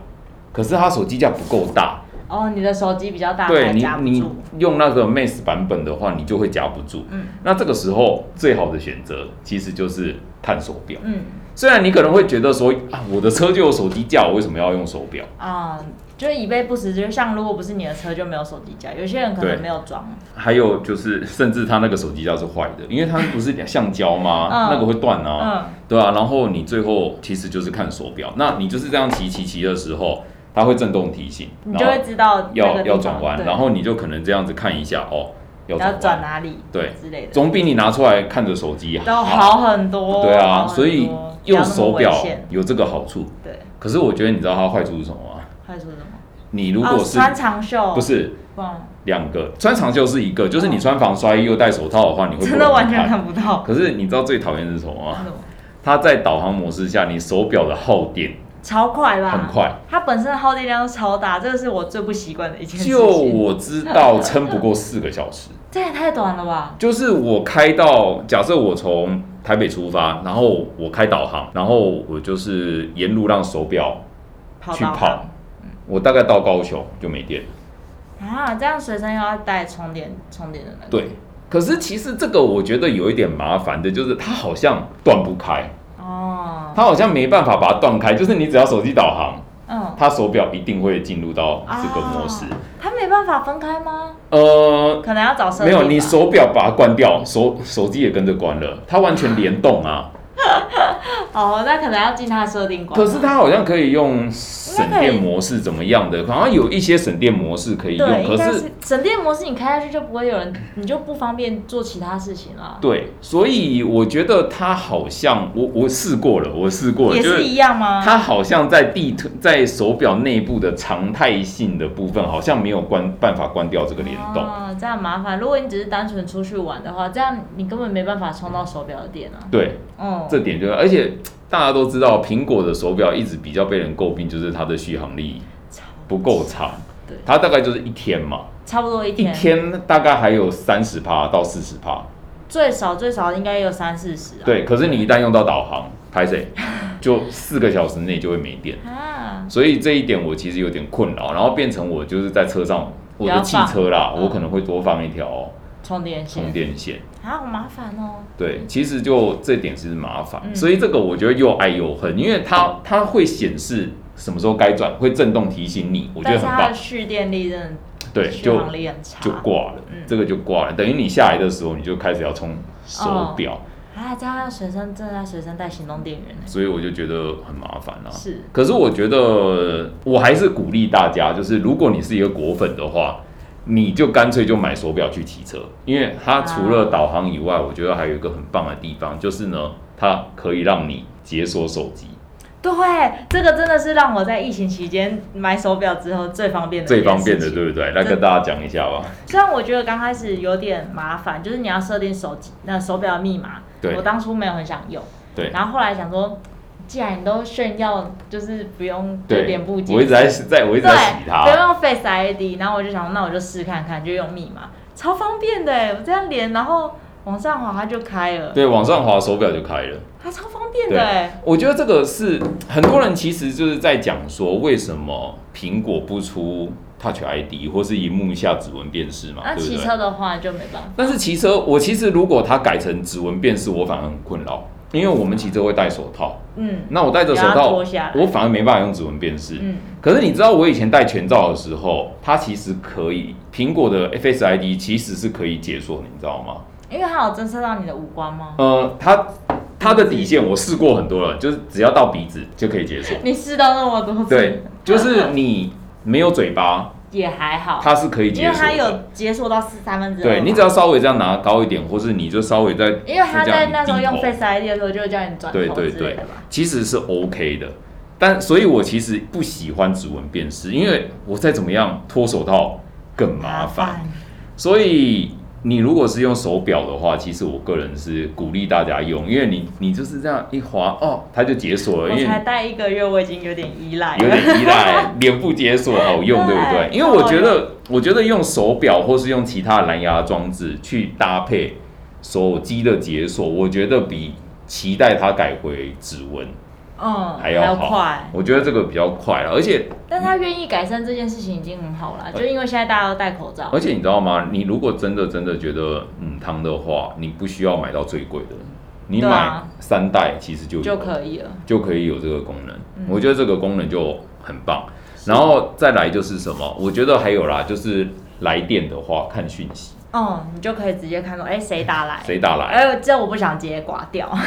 [SPEAKER 1] 可是它手机架不够大，
[SPEAKER 2] 哦，你的手机比较大，
[SPEAKER 1] 对
[SPEAKER 2] 还
[SPEAKER 1] 你
[SPEAKER 2] 夹不
[SPEAKER 1] 你
[SPEAKER 2] 住。
[SPEAKER 1] 用那个 Max 版本的话，你就会夹不住。
[SPEAKER 2] 嗯
[SPEAKER 1] 那这个时候最好的选择其实就是探手表。
[SPEAKER 2] 嗯
[SPEAKER 1] 虽然你可能会觉得说啊，我的车就有手机架，我为什么要用手表？
[SPEAKER 2] 啊、就是以备不时之需。像如果不是你的车，就没有手机架。有些人可
[SPEAKER 1] 对
[SPEAKER 2] 能没有装。
[SPEAKER 1] *laughs* 还有就是，甚至它那个手机架是坏的，因为它不是橡胶 *laughs* 吗？
[SPEAKER 2] 嗯
[SPEAKER 1] 那个会断啊，
[SPEAKER 2] 嗯，
[SPEAKER 1] 对啊。然后你最后其实就是看手表，那你就是这样骑骑骑的时候，它会震动提醒，
[SPEAKER 2] 你
[SPEAKER 1] 然
[SPEAKER 2] 就
[SPEAKER 1] 后
[SPEAKER 2] 会知道那
[SPEAKER 1] 要
[SPEAKER 2] 个地方
[SPEAKER 1] 要转弯，
[SPEAKER 2] 对
[SPEAKER 1] 然后你就可能这样子看一下哦，要
[SPEAKER 2] 要
[SPEAKER 1] 转
[SPEAKER 2] 转
[SPEAKER 1] 弯，
[SPEAKER 2] 哪里，
[SPEAKER 1] 对
[SPEAKER 2] 之类的，
[SPEAKER 1] 总比你拿出来看着手机
[SPEAKER 2] 都好很多。
[SPEAKER 1] 对
[SPEAKER 2] 好
[SPEAKER 1] 啊，
[SPEAKER 2] 很多
[SPEAKER 1] 所以用手表
[SPEAKER 2] 不要那么危险
[SPEAKER 1] 有这个好处。
[SPEAKER 2] 对，
[SPEAKER 1] 可是我觉得你知道它坏处是什么吗？
[SPEAKER 2] 还说什么？
[SPEAKER 1] 你如果
[SPEAKER 2] 哦
[SPEAKER 1] 是、
[SPEAKER 2] 穿长袖，
[SPEAKER 1] 不是
[SPEAKER 2] 哇，
[SPEAKER 1] 两个穿长袖是一个，就是你穿防摔衣又戴手套的话，你会不
[SPEAKER 2] 哦真的
[SPEAKER 1] 容易
[SPEAKER 2] 完全看不到。
[SPEAKER 1] 可是你知道最讨厌是什么吗？
[SPEAKER 2] 真的吗
[SPEAKER 1] 它在导航模式下，你手表的耗电
[SPEAKER 2] 超快吧？
[SPEAKER 1] 很。快。
[SPEAKER 2] 它本身的耗电量超大，这个是我最不习惯的一件事情。
[SPEAKER 1] 就我知道，撑不过四个小时。
[SPEAKER 2] 这也太短了吧？
[SPEAKER 1] 就是我开到，假设我从台北出发，然后我开导航，然后我就是沿路让手表
[SPEAKER 2] 跑
[SPEAKER 1] 去
[SPEAKER 2] 到
[SPEAKER 1] 跑，我大概到高雄就没电了。
[SPEAKER 2] 啊，这样随身又要带充电充电的那个。
[SPEAKER 1] 对，可是其实这个我觉得有一点麻烦的，就是它好像断不开，
[SPEAKER 2] 哦，
[SPEAKER 1] 它好像没办法把它断开，就是你只要手机导航，
[SPEAKER 2] 嗯，
[SPEAKER 1] 它手表一定会进入到这个模式。
[SPEAKER 2] 它没办法分开吗？
[SPEAKER 1] 呃，
[SPEAKER 2] 可能要找设
[SPEAKER 1] 没
[SPEAKER 2] 计吧
[SPEAKER 1] 有，你手表把它关掉，手手机也跟着关了，它完全联动啊。
[SPEAKER 2] 哦，那可能要进它的设定管。
[SPEAKER 1] 可是它好像可以用省电模式怎么样的，好像有一些省电模式可以用，
[SPEAKER 2] 对，
[SPEAKER 1] 可
[SPEAKER 2] 应该
[SPEAKER 1] 是
[SPEAKER 2] 是省电模式，你开下去就不会有人，你就不方便做其他事情了。
[SPEAKER 1] 对，所以我觉得它好像我我试过了，我试过了，
[SPEAKER 2] 也
[SPEAKER 1] 就是
[SPEAKER 2] 一样啊吗？
[SPEAKER 1] 它好像在地图在手表内部的常态性的部分，好像没有关办法关掉这个联动。
[SPEAKER 2] 哦，这样麻烦。如果你只是单纯出去玩的话，这样你根本没办法充到手表的电啊。
[SPEAKER 1] 对，
[SPEAKER 2] 嗯，
[SPEAKER 1] 这点就是，而且大家都知道，苹果的手表一直比较被人诟病，就是它的续航力不够长
[SPEAKER 2] 对。
[SPEAKER 1] 它大概就是一天嘛，
[SPEAKER 2] 差不多一
[SPEAKER 1] 一
[SPEAKER 2] 天，
[SPEAKER 1] 天大概还有三十趴到四十趴。
[SPEAKER 2] 最少最少应该也有三四十啊。
[SPEAKER 1] 对，可是你一旦用到导航，拍谁就四个小时内就会没电。
[SPEAKER 2] 啊，
[SPEAKER 1] 所以这一点我其实有点困扰，然后变成我就是在车上，我的汽车啦，
[SPEAKER 2] 不要放嗯
[SPEAKER 1] 我可能会多放一条
[SPEAKER 2] 充电线
[SPEAKER 1] 充电线。
[SPEAKER 2] 啊，好麻烦哦。
[SPEAKER 1] 对，其实就这点其实麻烦，
[SPEAKER 2] 嗯
[SPEAKER 1] 所以这个我觉得又爱又恨，因为它它会显示什么时候该转，会震动提醒你，我觉得
[SPEAKER 2] 但是
[SPEAKER 1] 很
[SPEAKER 2] 它的
[SPEAKER 1] 棒。
[SPEAKER 2] 蓄电力真
[SPEAKER 1] 对，
[SPEAKER 2] 的续
[SPEAKER 1] 就
[SPEAKER 2] 航力很差。
[SPEAKER 1] 就挂了，
[SPEAKER 2] 嗯
[SPEAKER 1] 这个就挂了，等于你下来的时候你就开始要充手表，
[SPEAKER 2] 啊，这样随身正在随身带行动电源呢。
[SPEAKER 1] 所以我就觉得很麻烦啦、
[SPEAKER 2] 是，
[SPEAKER 1] 可是我觉得，我还是鼓励大家，就是如果你是一个果粉的话，你就干脆就买手表去骑车，因为它除
[SPEAKER 2] 啊
[SPEAKER 1] 了导航以外，我觉得还有一个很棒的地方，就是呢，它可以让你解锁手机，
[SPEAKER 2] 对，这个真的是让我在疫情期间买手表之后最方便的一
[SPEAKER 1] 最
[SPEAKER 2] 件
[SPEAKER 1] 方便的，
[SPEAKER 2] 事情。
[SPEAKER 1] 对不对？来跟大家讲一下吧。
[SPEAKER 2] 虽然我觉得刚开始有点麻烦，就是你要设定手机那手表的密码，
[SPEAKER 1] 对
[SPEAKER 2] 我当初没有很想用，
[SPEAKER 1] 对
[SPEAKER 2] 然后后来想说，既然你都炫耀，就是不用就
[SPEAKER 1] 对
[SPEAKER 2] 脸部，解
[SPEAKER 1] 我一直在在，我一
[SPEAKER 2] 对，
[SPEAKER 1] 直在洗
[SPEAKER 2] 不用
[SPEAKER 1] 它。
[SPEAKER 2] 用 Face ID，然后我就想，那我就试看看，就用密码，超方便的欸，我这样连，然后往上滑它就开了，
[SPEAKER 1] 对，往上滑手表就开了。
[SPEAKER 2] 它超方便
[SPEAKER 1] 对
[SPEAKER 2] 的欸，
[SPEAKER 1] 我觉得这个是很多人其实就是在讲说，为什么苹果不出 Touch ID 或是荧幕下指纹辨识嘛，
[SPEAKER 2] 那
[SPEAKER 1] 对不
[SPEAKER 2] 啊骑
[SPEAKER 1] 对？
[SPEAKER 2] 车的话就没办法。
[SPEAKER 1] 但是骑车，我其实如果它改成指纹辨识，我反而很困扰，因为我们骑车会戴手套，
[SPEAKER 2] 嗯
[SPEAKER 1] 那我戴着手
[SPEAKER 2] 也要
[SPEAKER 1] 套
[SPEAKER 2] 脱下来，
[SPEAKER 1] 我反而没办法用指纹辨识。
[SPEAKER 2] 嗯，
[SPEAKER 1] 可是你知道，我以前戴全罩的时候，它其实可以，苹果的 Face ID 其实是可以解锁，你知道吗？
[SPEAKER 2] 因为它有侦测到你的五官吗？
[SPEAKER 1] 呃，它它的底线我试过很多了，就是只要到鼻子就可以接受。
[SPEAKER 2] 你试到那么多次，
[SPEAKER 1] 对，就是你没有嘴巴，
[SPEAKER 2] 也还好，
[SPEAKER 1] 它是可以
[SPEAKER 2] 因
[SPEAKER 1] 接
[SPEAKER 2] 为
[SPEAKER 1] 受
[SPEAKER 2] 它
[SPEAKER 1] 的。
[SPEAKER 2] 有哦解锁到四三分之二嘛。
[SPEAKER 1] 对你只要稍微这样拿高一点，或是你就稍微再
[SPEAKER 2] 因为他
[SPEAKER 1] 就这样
[SPEAKER 2] 在那时候
[SPEAKER 1] 低
[SPEAKER 2] 用
[SPEAKER 1] 头
[SPEAKER 2] Face ID 的时候，就会叫你转
[SPEAKER 1] 对
[SPEAKER 2] 头
[SPEAKER 1] 对
[SPEAKER 2] 之类
[SPEAKER 1] 对
[SPEAKER 2] 的吧。，
[SPEAKER 1] 其实是 OK 的。但所以，我其实不喜欢指纹辨识，因为我再怎么样脱手套更麻烦。，所以你如果是用手表的话，其实我个人是鼓励大家用，因为你你就是这样一滑哦，它就解锁了，
[SPEAKER 2] 我
[SPEAKER 1] 因为
[SPEAKER 2] 才戴一个月，我已经有点依赖
[SPEAKER 1] 有
[SPEAKER 2] 了。
[SPEAKER 1] 点依赖，脸部解锁好用，
[SPEAKER 2] *laughs*
[SPEAKER 1] 对不对？
[SPEAKER 2] 对
[SPEAKER 1] 因为我
[SPEAKER 2] 超好
[SPEAKER 1] 觉得，我觉得用手表或是用其他蓝牙装置去搭配手机的解锁，我觉得比期待它改回指纹，
[SPEAKER 2] 嗯，
[SPEAKER 1] 还要嗯好
[SPEAKER 2] 快。
[SPEAKER 1] 我觉得这个比较快了。而且
[SPEAKER 2] 但他愿意改善这件事情已经很好了，就因为现在大家都戴口罩
[SPEAKER 1] 而。且你知道吗？你如果真的真的觉得嗯汤的话，你不需要买到最贵的，你
[SPEAKER 2] 对
[SPEAKER 1] 买
[SPEAKER 2] 啊
[SPEAKER 1] 三代其实就有
[SPEAKER 2] 就
[SPEAKER 1] 了
[SPEAKER 2] 可以了，
[SPEAKER 1] 就可以有这个功能。
[SPEAKER 2] 嗯
[SPEAKER 1] 我觉得这个功能就很棒。然后再来就是什么？我觉得还有啦，就是来电的话看讯息，
[SPEAKER 2] 嗯，你就可以直接看到，哎，谁打来？
[SPEAKER 1] 谁打来？
[SPEAKER 2] 哎，这我不想直接挂掉。
[SPEAKER 1] 啊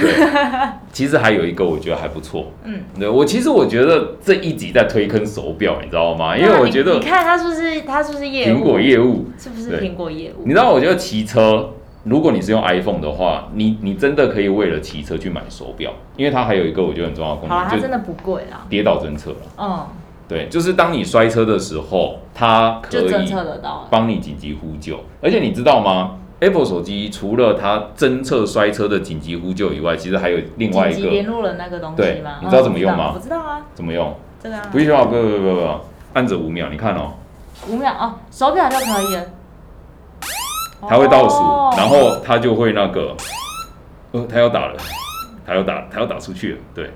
[SPEAKER 1] 其实还有一个我觉得还不错。
[SPEAKER 2] 嗯，
[SPEAKER 1] 对我其实我觉得这一集在推坑手表，你知道吗？因
[SPEAKER 2] 那
[SPEAKER 1] 为我
[SPEAKER 2] 你
[SPEAKER 1] 觉
[SPEAKER 2] 你
[SPEAKER 1] 得
[SPEAKER 2] 看他是不是他是不是啊业务？
[SPEAKER 1] 苹果业务，
[SPEAKER 2] 是不是
[SPEAKER 1] 对
[SPEAKER 2] 苹果业务
[SPEAKER 1] 你？知道，我觉得骑车。如果你是用 iPhone 的话，你你真的可以为了骑车去买手表，因为它还有一个我觉得很重要的功
[SPEAKER 2] 好了，啊
[SPEAKER 1] 能，
[SPEAKER 2] 它
[SPEAKER 1] 就
[SPEAKER 2] 真
[SPEAKER 1] 是
[SPEAKER 2] 的不贵啦。
[SPEAKER 1] 跌倒侦测啦
[SPEAKER 2] 嗯，
[SPEAKER 1] 对，就是当你摔车的时候，它可
[SPEAKER 2] 就
[SPEAKER 1] 以
[SPEAKER 2] 侦测得到了。
[SPEAKER 1] 帮你紧急呼救。而且你知道吗？Apple 手机除了它侦测摔车的紧急呼救以外，其实还有另外
[SPEAKER 2] 紧
[SPEAKER 1] 一
[SPEAKER 2] 急联
[SPEAKER 1] 个
[SPEAKER 2] 络人那个东西
[SPEAKER 1] 对
[SPEAKER 2] 吗？
[SPEAKER 1] 你知道怎么用吗
[SPEAKER 2] 嗯我知道啊，
[SPEAKER 1] 怎么用？
[SPEAKER 2] 这个啊，
[SPEAKER 1] 不需要，不不不不不，按着五秒，你看哦，
[SPEAKER 2] 五秒哦，手表就可以了。
[SPEAKER 1] 它会倒数，
[SPEAKER 2] 哦
[SPEAKER 1] 然后它就会那个，呃，它要打了，它要打，它要打出去了，对。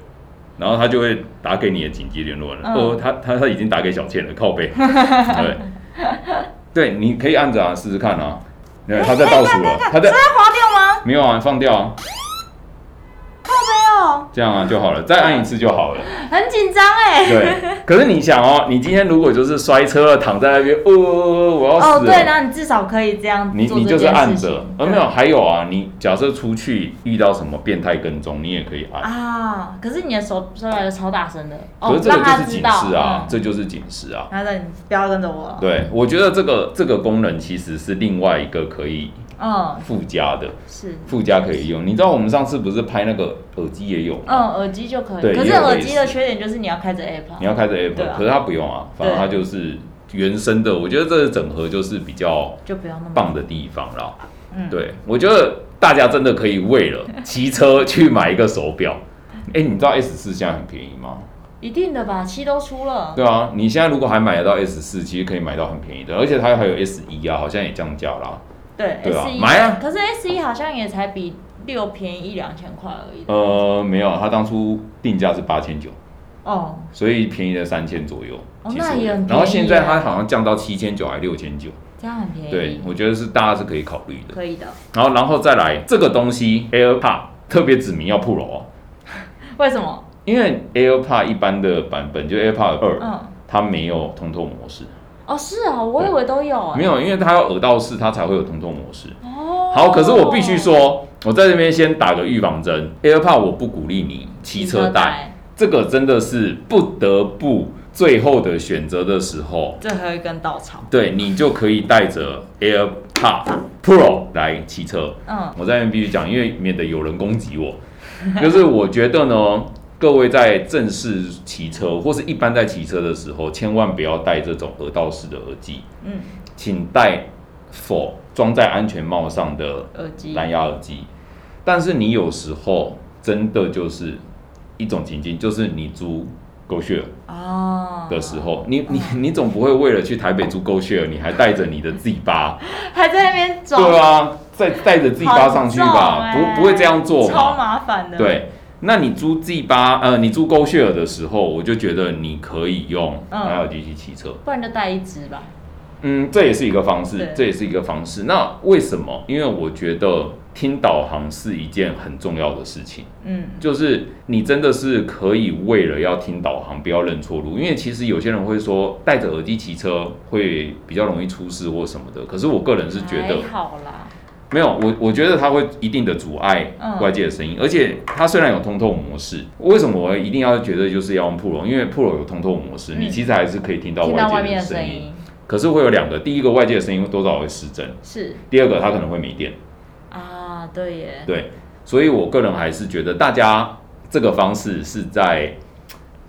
[SPEAKER 1] 然后它就会打给你的紧急联络人，
[SPEAKER 2] 嗯
[SPEAKER 1] 哦，它它它已经打给小倩了，靠
[SPEAKER 2] *laughs*
[SPEAKER 1] 背，对，对，你可以按着啊，试试看啊，对，它
[SPEAKER 2] 哎
[SPEAKER 1] 在倒数了，它在
[SPEAKER 2] 这要划掉吗？
[SPEAKER 1] 没有啊，放掉啊，
[SPEAKER 2] 没有，
[SPEAKER 1] 这样啊就好了，再按一次就好了。
[SPEAKER 2] 很紧张哎。 *laughs*
[SPEAKER 1] 对，可是你想哦，你今天如果就是摔车了，躺在那边，哦，我要
[SPEAKER 2] 哦，
[SPEAKER 1] 死
[SPEAKER 2] 对，
[SPEAKER 1] 了，
[SPEAKER 2] 然后你至少可以这样
[SPEAKER 1] 你
[SPEAKER 2] 做
[SPEAKER 1] 你
[SPEAKER 2] 这
[SPEAKER 1] 就是
[SPEAKER 2] 件
[SPEAKER 1] 按
[SPEAKER 2] 事情
[SPEAKER 1] 着。而没有，还有啊，你假设出去遇到什么变态跟踪，你也可以按。
[SPEAKER 2] 啊，可是你的手手表就超大声的，
[SPEAKER 1] 可
[SPEAKER 2] 哦
[SPEAKER 1] 是，这
[SPEAKER 2] 让
[SPEAKER 1] 个就
[SPEAKER 2] 他
[SPEAKER 1] 是
[SPEAKER 2] 知
[SPEAKER 1] 警
[SPEAKER 2] 道
[SPEAKER 1] 示啊，
[SPEAKER 2] 嗯
[SPEAKER 1] 这就是警示啊。
[SPEAKER 2] 他的你不要跟着我了。
[SPEAKER 1] 对，我觉得这个这个功能其实是另外一个可以
[SPEAKER 2] 嗯，
[SPEAKER 1] 附加的，
[SPEAKER 2] 是，
[SPEAKER 1] 附加可以用。你知道我们上次不是拍那个耳机也有吗？
[SPEAKER 2] 嗯，耳机就可
[SPEAKER 1] 对
[SPEAKER 2] 以。可是
[SPEAKER 1] 也有
[SPEAKER 2] 耳
[SPEAKER 1] 类
[SPEAKER 2] 机
[SPEAKER 1] 似
[SPEAKER 2] 的缺点就是你要开着 app，啊
[SPEAKER 1] 你要开着
[SPEAKER 2] 对
[SPEAKER 1] app，、
[SPEAKER 2] 啊
[SPEAKER 1] 可是它不用啊，反正它就是原生的。我觉得这个整合就是比较
[SPEAKER 2] 就不要那么
[SPEAKER 1] 棒的地方啦。
[SPEAKER 2] 嗯
[SPEAKER 1] 对，我觉得大家真的可以为了骑车去买一个手表。哎、你知道 S 四现在很便宜吗？
[SPEAKER 2] 一定的吧，七都出了。
[SPEAKER 1] 对啊，你现在如果还买得到 S 四，其实可以买到很便宜的，而且它还有 S 一啊，好像也降价啦。
[SPEAKER 2] 对
[SPEAKER 1] 对啊
[SPEAKER 2] S 一，
[SPEAKER 1] 买啊
[SPEAKER 2] 可是 S 一好像也才比六便宜一两千块而已。
[SPEAKER 1] 呃，没有，它当初定价是八千九，
[SPEAKER 2] 哦，
[SPEAKER 1] 所以便宜了三千左右。
[SPEAKER 2] 哦
[SPEAKER 1] 其实
[SPEAKER 2] 那也很便宜
[SPEAKER 1] 然后现在它好像降到七千九还六千九，
[SPEAKER 2] 这样很便宜。
[SPEAKER 1] 对，我觉得是大家是可以考虑的。
[SPEAKER 2] 可以的。
[SPEAKER 1] 然后然后再来这个东西 AirPod 特别指明要 Pro 哦，
[SPEAKER 2] 为什么？
[SPEAKER 1] 因为 AirPod 一般的版本就 AirPod 二、
[SPEAKER 2] 嗯，
[SPEAKER 1] 它没有通透模式，
[SPEAKER 2] 哦，是哦，我以为都有啊。
[SPEAKER 1] 没有，因为它要耳道式它才会有通透模式。
[SPEAKER 2] 哦。
[SPEAKER 1] 好，可是我必须说，我在这边先打个预防针，AirPod 我不鼓励你骑车戴，，这个真的是不得不最后的选择的时候，
[SPEAKER 2] 最后一根稻草。
[SPEAKER 1] 对你就可以带着 AirPod Pro 来骑车。
[SPEAKER 2] 嗯，
[SPEAKER 1] 我在那边必须讲，因为免得有人攻击我。 *laughs* 就是我觉得呢，各位在正式骑车或是一般在骑车的时候，千万不要戴这种耳道式的耳机，
[SPEAKER 2] 嗯，
[SPEAKER 1] 请戴否装在安全帽上的
[SPEAKER 2] 耳机。
[SPEAKER 1] 蓝牙耳机。但是你有时候真的就是一种情境，就是你租 GoShare
[SPEAKER 2] 哦。
[SPEAKER 1] 的时，候，你你你总不会为了去台北租 GoShare，你还带着你的 Z 八，
[SPEAKER 2] 还在那边装。
[SPEAKER 1] 对啊，再带着 Z 八上去吧，
[SPEAKER 2] 好重欸
[SPEAKER 1] 不不会这样做嘛，
[SPEAKER 2] 超麻烦的。。
[SPEAKER 1] 对，那你租 G 八呃，你租 GoShare 的时候，我就觉得你可以用
[SPEAKER 2] 嗯
[SPEAKER 1] L G 去骑车，
[SPEAKER 2] 不然就带一只吧。
[SPEAKER 1] 嗯，这也是一个方式
[SPEAKER 2] 对，
[SPEAKER 1] 这也是一个方式。那为什么？因为我觉得听导航是一件很重要的事情，
[SPEAKER 2] 嗯，
[SPEAKER 1] 就是你真的是可以为了要听导航，不要认错路。因为其实有些人会说戴着耳
[SPEAKER 2] 哎
[SPEAKER 1] 机骑车会比较容易出事或什么的，可是我个人是觉得
[SPEAKER 2] 还好啦。
[SPEAKER 1] 没有，我我觉得它会一定的阻碍
[SPEAKER 2] 嗯
[SPEAKER 1] 外界的声音，而且它虽然有通透模式，为什么我一定要觉得就是要用 Pro？因为 Pro 有通透模式，
[SPEAKER 2] 嗯
[SPEAKER 1] 你其实还是可以听到
[SPEAKER 2] 听到外
[SPEAKER 1] 外界
[SPEAKER 2] 面
[SPEAKER 1] 的
[SPEAKER 2] 的声
[SPEAKER 1] 声音。
[SPEAKER 2] 音
[SPEAKER 1] 可是会有两个，第一个外界的声音多少会失真，
[SPEAKER 2] 是
[SPEAKER 1] 第二个它可能会没电。
[SPEAKER 2] 啊，对耶，
[SPEAKER 1] 对，所以我个人还是觉得大家这个方式是在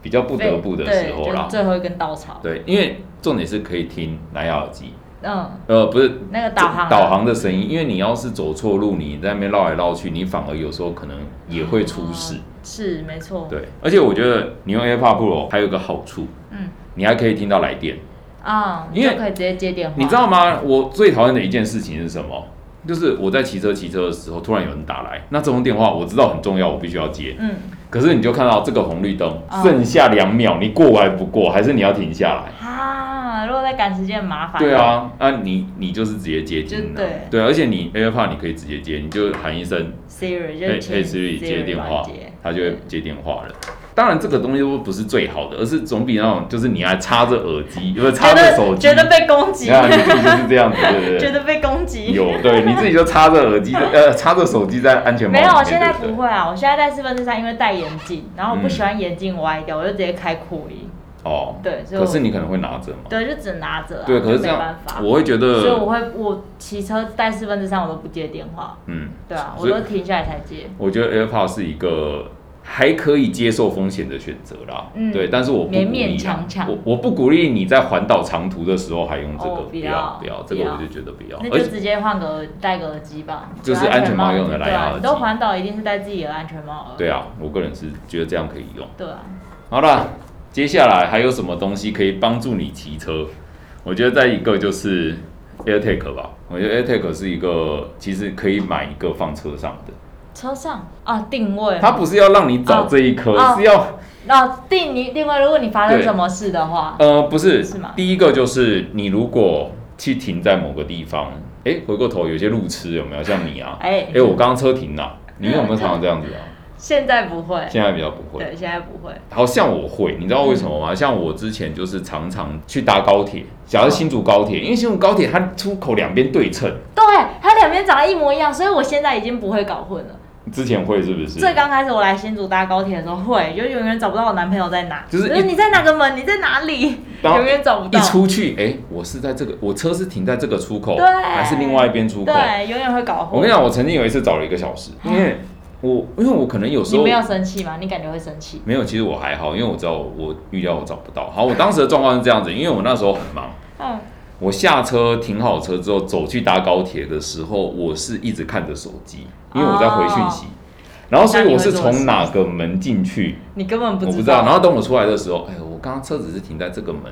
[SPEAKER 1] 比较不得不的
[SPEAKER 2] 对
[SPEAKER 1] 时候
[SPEAKER 2] 就是
[SPEAKER 1] 啦。
[SPEAKER 2] 最后一根稻草，
[SPEAKER 1] 对，因为重点是可以听蓝牙耳机，
[SPEAKER 2] 嗯，
[SPEAKER 1] 呃，不是
[SPEAKER 2] 那个导航啊
[SPEAKER 1] 导航的声音，因为你要是走错路，你在那边绕来绕去，你反而有时候可能也会出事
[SPEAKER 2] 啊。是没错，
[SPEAKER 1] 对，而且我觉得你用 AirPod Pro 哦还有一个好处，
[SPEAKER 2] 嗯
[SPEAKER 1] 你还可以听到来电。
[SPEAKER 2] 啊，你
[SPEAKER 1] 因为
[SPEAKER 2] 就可以直接接电话，
[SPEAKER 1] 你知道吗？我最讨厌的一件事情是什么？就是我在骑车骑车的时候，突然有人打来，那这通电话我知道很重要，我必须要接。
[SPEAKER 2] 嗯，
[SPEAKER 1] 可是你就看到这个红绿灯
[SPEAKER 2] 哦，
[SPEAKER 1] 剩下两秒，你过还不过，还是你要停下来？
[SPEAKER 2] 啊，如果在赶时间很麻烦，
[SPEAKER 1] 对，啊，啊你你就是直接接
[SPEAKER 2] 就
[SPEAKER 1] 听了
[SPEAKER 2] 对，
[SPEAKER 1] 对，而且你 AirPod 你可以直接接，你就喊一声
[SPEAKER 2] Siri 就
[SPEAKER 1] 嘿
[SPEAKER 2] 是
[SPEAKER 1] 嘿 Siri 接电话，它就会接电话了。当然这个东西都不是最好的，而是总比那种就是你还插着耳机，
[SPEAKER 2] *laughs*
[SPEAKER 1] 不是插
[SPEAKER 2] 觉
[SPEAKER 1] 着
[SPEAKER 2] 得
[SPEAKER 1] 手机，
[SPEAKER 2] 觉得被攻击
[SPEAKER 1] 你，
[SPEAKER 2] *laughs*
[SPEAKER 1] 看你自己就是这样子，对不对？
[SPEAKER 2] 觉得被攻击， *laughs*
[SPEAKER 1] 有，对，你自己就插着耳机，呃，插着手机在安全帽
[SPEAKER 2] 没
[SPEAKER 1] 里
[SPEAKER 2] 有，
[SPEAKER 1] 面，
[SPEAKER 2] 我现在
[SPEAKER 1] 对嗯对
[SPEAKER 2] 不会啊，我现在戴四分之三，因为戴眼镜，然后我不喜欢眼镜歪掉，我就直接开扩音，
[SPEAKER 1] 哦，
[SPEAKER 2] 对，所以
[SPEAKER 1] 可
[SPEAKER 2] 我
[SPEAKER 1] 是你可能会拿着嘛，
[SPEAKER 2] 对就只拿着啊，
[SPEAKER 1] 对，可是
[SPEAKER 2] 就
[SPEAKER 1] 这
[SPEAKER 2] 没
[SPEAKER 1] 样
[SPEAKER 2] 办法，
[SPEAKER 1] 我会呃觉得，
[SPEAKER 2] 所以我会我骑车戴四分之三，我都不接电话，
[SPEAKER 1] 嗯，
[SPEAKER 2] 对啊，我
[SPEAKER 1] 所以
[SPEAKER 2] 都停下来才接。
[SPEAKER 1] 我觉得 AirPod 是一个还可以接受风险的选择啦。
[SPEAKER 2] 嗯
[SPEAKER 1] 对，但是我不鼓
[SPEAKER 2] 勉
[SPEAKER 1] 励啦啊
[SPEAKER 2] 勉强强
[SPEAKER 1] 我我不鼓励你在环岛长途的时候还用这个，
[SPEAKER 2] 哦不
[SPEAKER 1] 不
[SPEAKER 2] 要
[SPEAKER 1] 不要，这个
[SPEAKER 2] 不要
[SPEAKER 1] 我就觉得不要
[SPEAKER 2] 那。
[SPEAKER 1] 哦而
[SPEAKER 2] 就
[SPEAKER 1] 且
[SPEAKER 2] 直接换个戴个耳机吧，
[SPEAKER 1] 就是安全帽用的蓝牙耳机
[SPEAKER 2] 对啊你都环岛一定是戴自己的安全帽耳。
[SPEAKER 1] 对啊，我个人是觉得这样可以用。
[SPEAKER 2] 对啊，
[SPEAKER 1] 好啦，接下来还有什么东西可以帮助你骑车？我觉得再一个就是 AirTag 吧，我觉得 AirTag 是一个其实可以买一个放车上的，
[SPEAKER 2] 车上啊定位，
[SPEAKER 1] 它不是要让你找
[SPEAKER 2] 哦
[SPEAKER 1] 这一颗，
[SPEAKER 2] 哦
[SPEAKER 1] 是要
[SPEAKER 2] 啊定你定位，如果你发生
[SPEAKER 1] 对
[SPEAKER 2] 什么事的话，
[SPEAKER 1] 呃，不是，
[SPEAKER 2] 是吗
[SPEAKER 1] 第一个就是你如果去停在某个地方，哎、回过头有些路痴有没有？像你啊，
[SPEAKER 2] 哎
[SPEAKER 1] 哎、我刚刚车停了，你有没有常常这样子啊？
[SPEAKER 2] 现在不会，
[SPEAKER 1] 现在比较不会，
[SPEAKER 2] 对，嗯现在不会，
[SPEAKER 1] 好像我会，你知道为什么吗？像我之前就是常常去搭高铁，
[SPEAKER 2] 嗯
[SPEAKER 1] 假如新竹高铁，因为新竹高铁它出口两边对称，
[SPEAKER 2] 对，它两边长得一模一样，所以我现在已经不会搞混了。
[SPEAKER 1] 之前会是不是？
[SPEAKER 2] 最刚开始我来新竹搭高铁的时候会，就永远找不到我男朋友在哪，
[SPEAKER 1] 就是一
[SPEAKER 2] 你在哪个门，你在哪里，
[SPEAKER 1] 然后
[SPEAKER 2] 永远找不
[SPEAKER 1] 一
[SPEAKER 2] 到。
[SPEAKER 1] 出去，哎、我是在这个，我车是停在这个出口，
[SPEAKER 2] 对
[SPEAKER 1] 还是另外一边出口？
[SPEAKER 2] 对，永远会搞混。
[SPEAKER 1] 我跟你讲，我曾经有一次找了一个小时，因为我因为我可能有时
[SPEAKER 2] 你
[SPEAKER 1] 候
[SPEAKER 2] 没有生气吗？你感觉会生气？
[SPEAKER 1] 没有，其实我还好，因为我知道我预料我找不到。好，我当时的状况是这样子，因为我那时候很忙，
[SPEAKER 2] 嗯，
[SPEAKER 1] 我下车停好车之后走去搭高铁的时候，我是一直看着手机，因为我在回讯
[SPEAKER 2] 哦
[SPEAKER 1] 息。然后，所以我是从哪个门进去，
[SPEAKER 2] 你根本不
[SPEAKER 1] 我不
[SPEAKER 2] 知
[SPEAKER 1] 知道。
[SPEAKER 2] 道。
[SPEAKER 1] 然后等我出来的时候，哎，我刚刚车子是停在这个门，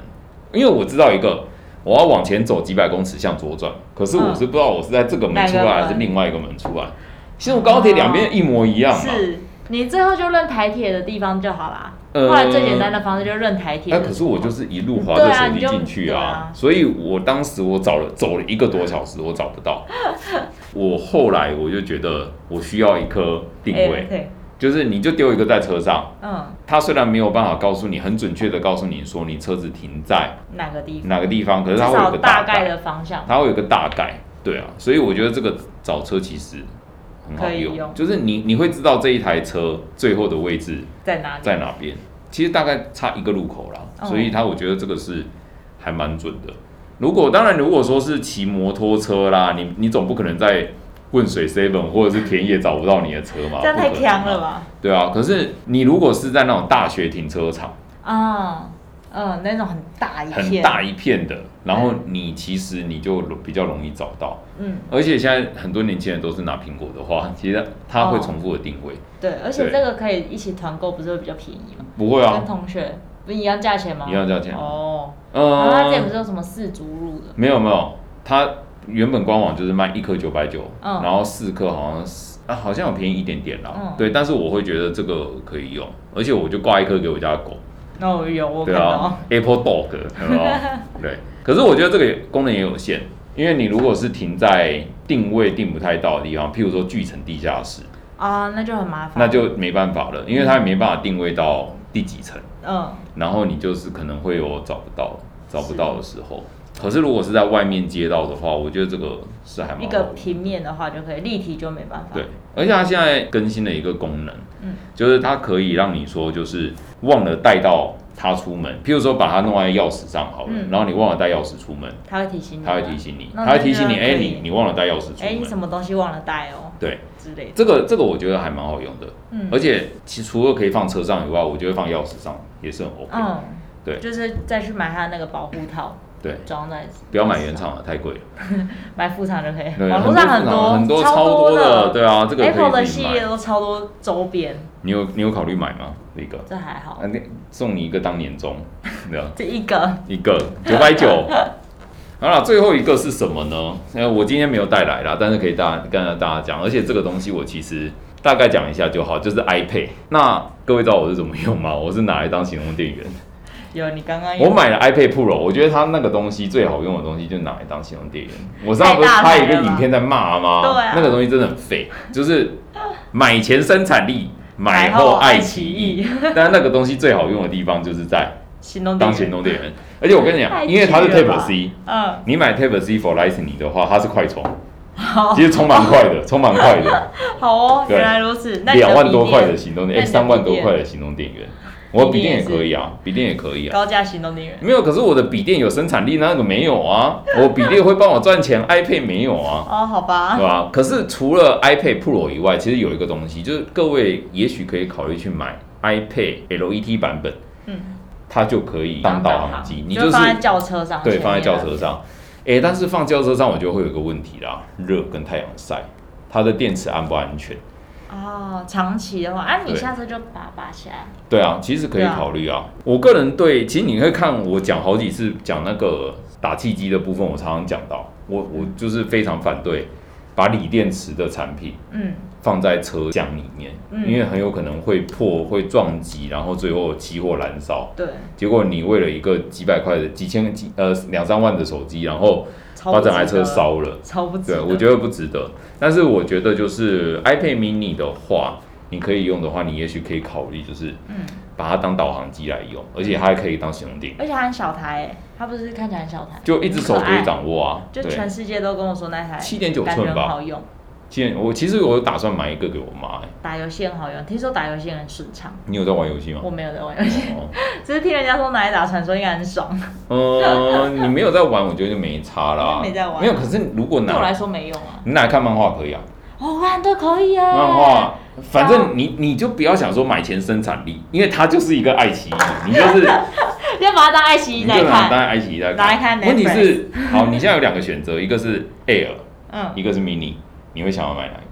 [SPEAKER 1] 因为我知道一个我要往前走几百公尺向左转，可是我是不知道我是在这个门出
[SPEAKER 2] 嗯哪个
[SPEAKER 1] 来
[SPEAKER 2] 门哦
[SPEAKER 1] 还是另外一个门出来。其实我高铁两边一模一样嘛，
[SPEAKER 2] 是你最后就认台铁的地方就好啦。
[SPEAKER 1] 呃
[SPEAKER 2] 后来最简单的方式就认台铁
[SPEAKER 1] 那
[SPEAKER 2] 的地方。嗯
[SPEAKER 1] 可是我就是一路滑着手机进去
[SPEAKER 2] 对啊你就对
[SPEAKER 1] 啊
[SPEAKER 2] 啊，
[SPEAKER 1] 所以我当时我找了走了一个多小时，我找不
[SPEAKER 2] *laughs*
[SPEAKER 1] 到。我后来我就觉得我需要一颗定
[SPEAKER 2] 哎
[SPEAKER 1] 位，
[SPEAKER 2] 对，
[SPEAKER 1] 就是你就丢一个在车上，
[SPEAKER 2] 嗯，
[SPEAKER 1] 它虽然没有办法告诉你很准确的告诉你说你车子停在
[SPEAKER 2] 哪个地方？
[SPEAKER 1] 哪个地方，可是
[SPEAKER 2] 至
[SPEAKER 1] 它会有
[SPEAKER 2] 少
[SPEAKER 1] 个
[SPEAKER 2] 大概
[SPEAKER 1] 概，
[SPEAKER 2] 的方向。
[SPEAKER 1] 它会有个大概，对啊，所以我觉得这个找车其实很好
[SPEAKER 2] 可以
[SPEAKER 1] 用，
[SPEAKER 2] 用
[SPEAKER 1] 就是你你会知道这一台车最后的位置
[SPEAKER 2] 在哪里？
[SPEAKER 1] 在哪边，其实大概差一个路口啦，
[SPEAKER 2] 哦
[SPEAKER 1] 所以他我觉得这个是还蛮准的。如果当然，如果说是骑摩托车啦，你你总不可能在混水 seven 或者是田野找不到你的车嘛，
[SPEAKER 2] 这样太
[SPEAKER 1] 不可能嘛
[SPEAKER 2] 强了？吧？
[SPEAKER 1] 对啊，可是你如果是在那种大学停车场，
[SPEAKER 2] 啊，嗯，那种很大一片，
[SPEAKER 1] 很大，一片的，然后你其实你就比较容易找到。
[SPEAKER 2] 嗯，
[SPEAKER 1] 而且现在很多年轻人都是拿苹果的话，其实它会
[SPEAKER 2] 哦
[SPEAKER 1] 重复的定位，
[SPEAKER 2] 对，而且
[SPEAKER 1] 对
[SPEAKER 2] 这个可以一起团购，不是会比较便宜吗？
[SPEAKER 1] 不会啊
[SPEAKER 2] 跟，同学不一样价钱吗？
[SPEAKER 1] 一样价钱
[SPEAKER 2] 哦。然后他之前
[SPEAKER 1] 嗯，
[SPEAKER 2] 不是有什么四足乳的？
[SPEAKER 1] 没有没有，它原本官网就是卖一颗九百九，
[SPEAKER 2] 嗯
[SPEAKER 1] 然后四颗好像是啊，好像有便宜一点点啦。
[SPEAKER 2] 嗯
[SPEAKER 1] 对，但是我会觉得这个可以用，而且我就挂一颗给我家的狗，
[SPEAKER 2] 那我有，我
[SPEAKER 1] 对
[SPEAKER 2] 看到
[SPEAKER 1] 啊。，Apple Dog，有
[SPEAKER 2] *laughs*
[SPEAKER 1] 没有对，可是我觉得这个功能也有限，因为你如果是停在定位定不太到的地方，譬如说巨城地下室，
[SPEAKER 2] 啊，那就很麻烦。
[SPEAKER 1] 那就没办法了，因为它没办法定位到第几层，
[SPEAKER 2] 嗯，
[SPEAKER 1] 然后你就是可能会有找不到找不到的时候。可是如果是在外面街道的话，我觉得这个是还蛮好
[SPEAKER 2] 一
[SPEAKER 1] 的
[SPEAKER 2] 个平面的话就可以，立体就没办法。
[SPEAKER 1] 对，，而且它现在更新了一个功能，
[SPEAKER 2] 嗯
[SPEAKER 1] 就是它可以让你说就是忘了带到它出门，譬如说把它弄在钥匙上好了，
[SPEAKER 2] 嗯
[SPEAKER 1] 然后你忘了带钥匙出门，
[SPEAKER 2] 它会提醒你。
[SPEAKER 1] 它会提。醒你，
[SPEAKER 2] 那
[SPEAKER 1] 它会提醒你，
[SPEAKER 2] 那
[SPEAKER 1] 哎、
[SPEAKER 2] 可以
[SPEAKER 1] 你你忘了带钥匙出
[SPEAKER 2] 哎，你
[SPEAKER 1] 门，
[SPEAKER 2] 什么东西忘了带哦
[SPEAKER 1] 对，
[SPEAKER 2] 之类的。
[SPEAKER 1] 这个这个我觉得还蛮好用的，
[SPEAKER 2] 嗯
[SPEAKER 1] 而且其除了可以放车上以外，我觉得放钥匙上也是很 OK，、
[SPEAKER 2] 嗯，
[SPEAKER 1] 对
[SPEAKER 2] 就是再去买它那个保护套，
[SPEAKER 1] 对，
[SPEAKER 2] 装在
[SPEAKER 1] 不要买原，厂的太贵了，
[SPEAKER 2] 买副厂就可以。
[SPEAKER 1] 对，
[SPEAKER 2] 网络上
[SPEAKER 1] 很多很
[SPEAKER 2] 多
[SPEAKER 1] 多超
[SPEAKER 2] 多
[SPEAKER 1] 的，。对啊，这个可
[SPEAKER 2] Apple 的
[SPEAKER 1] 以自
[SPEAKER 2] 系
[SPEAKER 1] 己
[SPEAKER 2] 列
[SPEAKER 1] 买，
[SPEAKER 2] 都超多周边，
[SPEAKER 1] 你有你有考虑买吗？那个
[SPEAKER 2] 这还好
[SPEAKER 1] 啊，，那送你一个当年终，对啊。
[SPEAKER 2] 这一个
[SPEAKER 1] 一个九百九。好了，最后一个是什么呢？呃，我今天没有带来啦，但是可以大跟大家讲，而且这个东西我其实大概讲一下就好，就是 iPad。那各位知道我是怎么用吗？我是拿来当行动电源。
[SPEAKER 2] 有你刚刚有
[SPEAKER 1] 我买了 iPad Pro，我觉得它那个东西最好用的东西就是拿来当行动电源。我上次不是拍一个影片在骂吗？
[SPEAKER 2] 太大台了吧对啊
[SPEAKER 1] 那个东西真的很废，就是 *sighs* 买前生产力，买后爱奇艺。， *laughs* 但那个东西最好用的地方就是在
[SPEAKER 2] 行动
[SPEAKER 1] 当
[SPEAKER 2] 电
[SPEAKER 1] 行
[SPEAKER 2] 源，
[SPEAKER 1] 动电
[SPEAKER 2] *laughs*
[SPEAKER 1] 源，而且我跟你
[SPEAKER 2] 太
[SPEAKER 1] 讲，因为它是
[SPEAKER 2] 绝了吧
[SPEAKER 1] Type C，
[SPEAKER 2] 嗯，
[SPEAKER 1] 你买 Type C for Lightning 的话，它是快
[SPEAKER 2] *laughs*
[SPEAKER 1] 充，其实充蛮快的，充蛮快的，
[SPEAKER 2] 好哦，
[SPEAKER 1] 对
[SPEAKER 2] 原来如此，哦 *laughs* 那你的
[SPEAKER 1] 两万多
[SPEAKER 2] 笔
[SPEAKER 1] 块的
[SPEAKER 2] 电
[SPEAKER 1] 行动
[SPEAKER 2] 那
[SPEAKER 1] 电，
[SPEAKER 2] 你
[SPEAKER 1] 哎，
[SPEAKER 2] 的
[SPEAKER 1] 三万多
[SPEAKER 2] 笔电
[SPEAKER 1] 块的行动电源，我笔
[SPEAKER 2] 笔
[SPEAKER 1] 电
[SPEAKER 2] 电
[SPEAKER 1] 也可以啊，笔电也可以啊。
[SPEAKER 2] 高价行动电源，
[SPEAKER 1] 没有，可是我的笔电有生产力，那个没有啊。我笔电会帮我赚钱 *laughs* ，iPad 没有啊，
[SPEAKER 2] 哦，好
[SPEAKER 1] 对
[SPEAKER 2] 吧，
[SPEAKER 1] 吧？可是除了 iPad Pro 以外，其实有一个东西，就是各位也许可以考虑去买 iPad LET 版本，
[SPEAKER 2] 嗯，
[SPEAKER 1] 它就可以当导航机，你
[SPEAKER 2] 就
[SPEAKER 1] 就是
[SPEAKER 2] 放在轿车上，
[SPEAKER 1] 对，放在轿
[SPEAKER 2] 前
[SPEAKER 1] 车
[SPEAKER 2] 面的，
[SPEAKER 1] 上。诶，但是放轿车上，我觉得会有一个问题啦，热跟太阳晒，它的电池安不安全？
[SPEAKER 2] 哦，长期的话，啊，你
[SPEAKER 1] 对
[SPEAKER 2] 下车就把它拔起来，
[SPEAKER 1] 对啊，其实可以
[SPEAKER 2] 对啊
[SPEAKER 1] 考虑啊。我个人对，其实你会看我讲好几次讲那个打气机的部分，我常常讲到，我我就是非常反对把锂电池的产品
[SPEAKER 2] 嗯，
[SPEAKER 1] 放在车厢里面，
[SPEAKER 2] 嗯
[SPEAKER 1] 因为很有可能会破、会撞击，然后最后起火燃烧。
[SPEAKER 2] 对，
[SPEAKER 1] 结果你为了一个几百块的、几千几呃两三万的手机，然后
[SPEAKER 2] 超
[SPEAKER 1] 把
[SPEAKER 2] 不值
[SPEAKER 1] 整
[SPEAKER 2] 得
[SPEAKER 1] 台车，烧了。
[SPEAKER 2] 超不值
[SPEAKER 1] 对，
[SPEAKER 2] 得，
[SPEAKER 1] 我觉得不值得。但是我觉得就是 iPad mini 的话，你可以用的话，你也许可以考虑就是
[SPEAKER 2] 嗯，
[SPEAKER 1] 把它当导航机来用，而且它还可以当行动电源，
[SPEAKER 2] 而且它很小台，哎，它不是看起来很小台，
[SPEAKER 1] 就一只手
[SPEAKER 2] 很可
[SPEAKER 1] 可
[SPEAKER 2] 爱
[SPEAKER 1] 以掌握啊。
[SPEAKER 2] 就
[SPEAKER 1] 对，
[SPEAKER 2] 全世界都跟我说那台
[SPEAKER 1] 7.9
[SPEAKER 2] 感觉
[SPEAKER 1] 寸吧
[SPEAKER 2] 很好用，
[SPEAKER 1] 现在我其实我有打算买一个给我妈、欸。
[SPEAKER 2] 打游戏很好用，听说打游戏很顺畅。
[SPEAKER 1] 你有在玩游戏吗？
[SPEAKER 2] 我没有在玩游戏，
[SPEAKER 1] 哦，
[SPEAKER 2] 只是听人家说拿来打传说应该
[SPEAKER 1] *laughs*
[SPEAKER 2] 很爽，
[SPEAKER 1] 呃，你没有在玩，我觉得就没差啦。
[SPEAKER 2] 没在玩
[SPEAKER 1] 没有。可是如果
[SPEAKER 2] 对我来
[SPEAKER 1] 拿
[SPEAKER 2] 说没用啊。
[SPEAKER 1] 你拿来看漫画可以啊，
[SPEAKER 2] 哦，玩都可以耶。
[SPEAKER 1] 漫画，反正你你就不要想说买前生产力，因为它就是一个爱奇艺，你就是
[SPEAKER 2] 要把它当爱奇艺
[SPEAKER 1] 你
[SPEAKER 2] 来
[SPEAKER 1] 就拿当
[SPEAKER 2] 看。
[SPEAKER 1] 然爱奇艺在
[SPEAKER 2] 拿来看
[SPEAKER 1] 问题
[SPEAKER 2] Netflix
[SPEAKER 1] 是，好，你现在有两个选择，一个是 Air，
[SPEAKER 2] 嗯，
[SPEAKER 1] 一个是 Mini，你会想要买哪一个？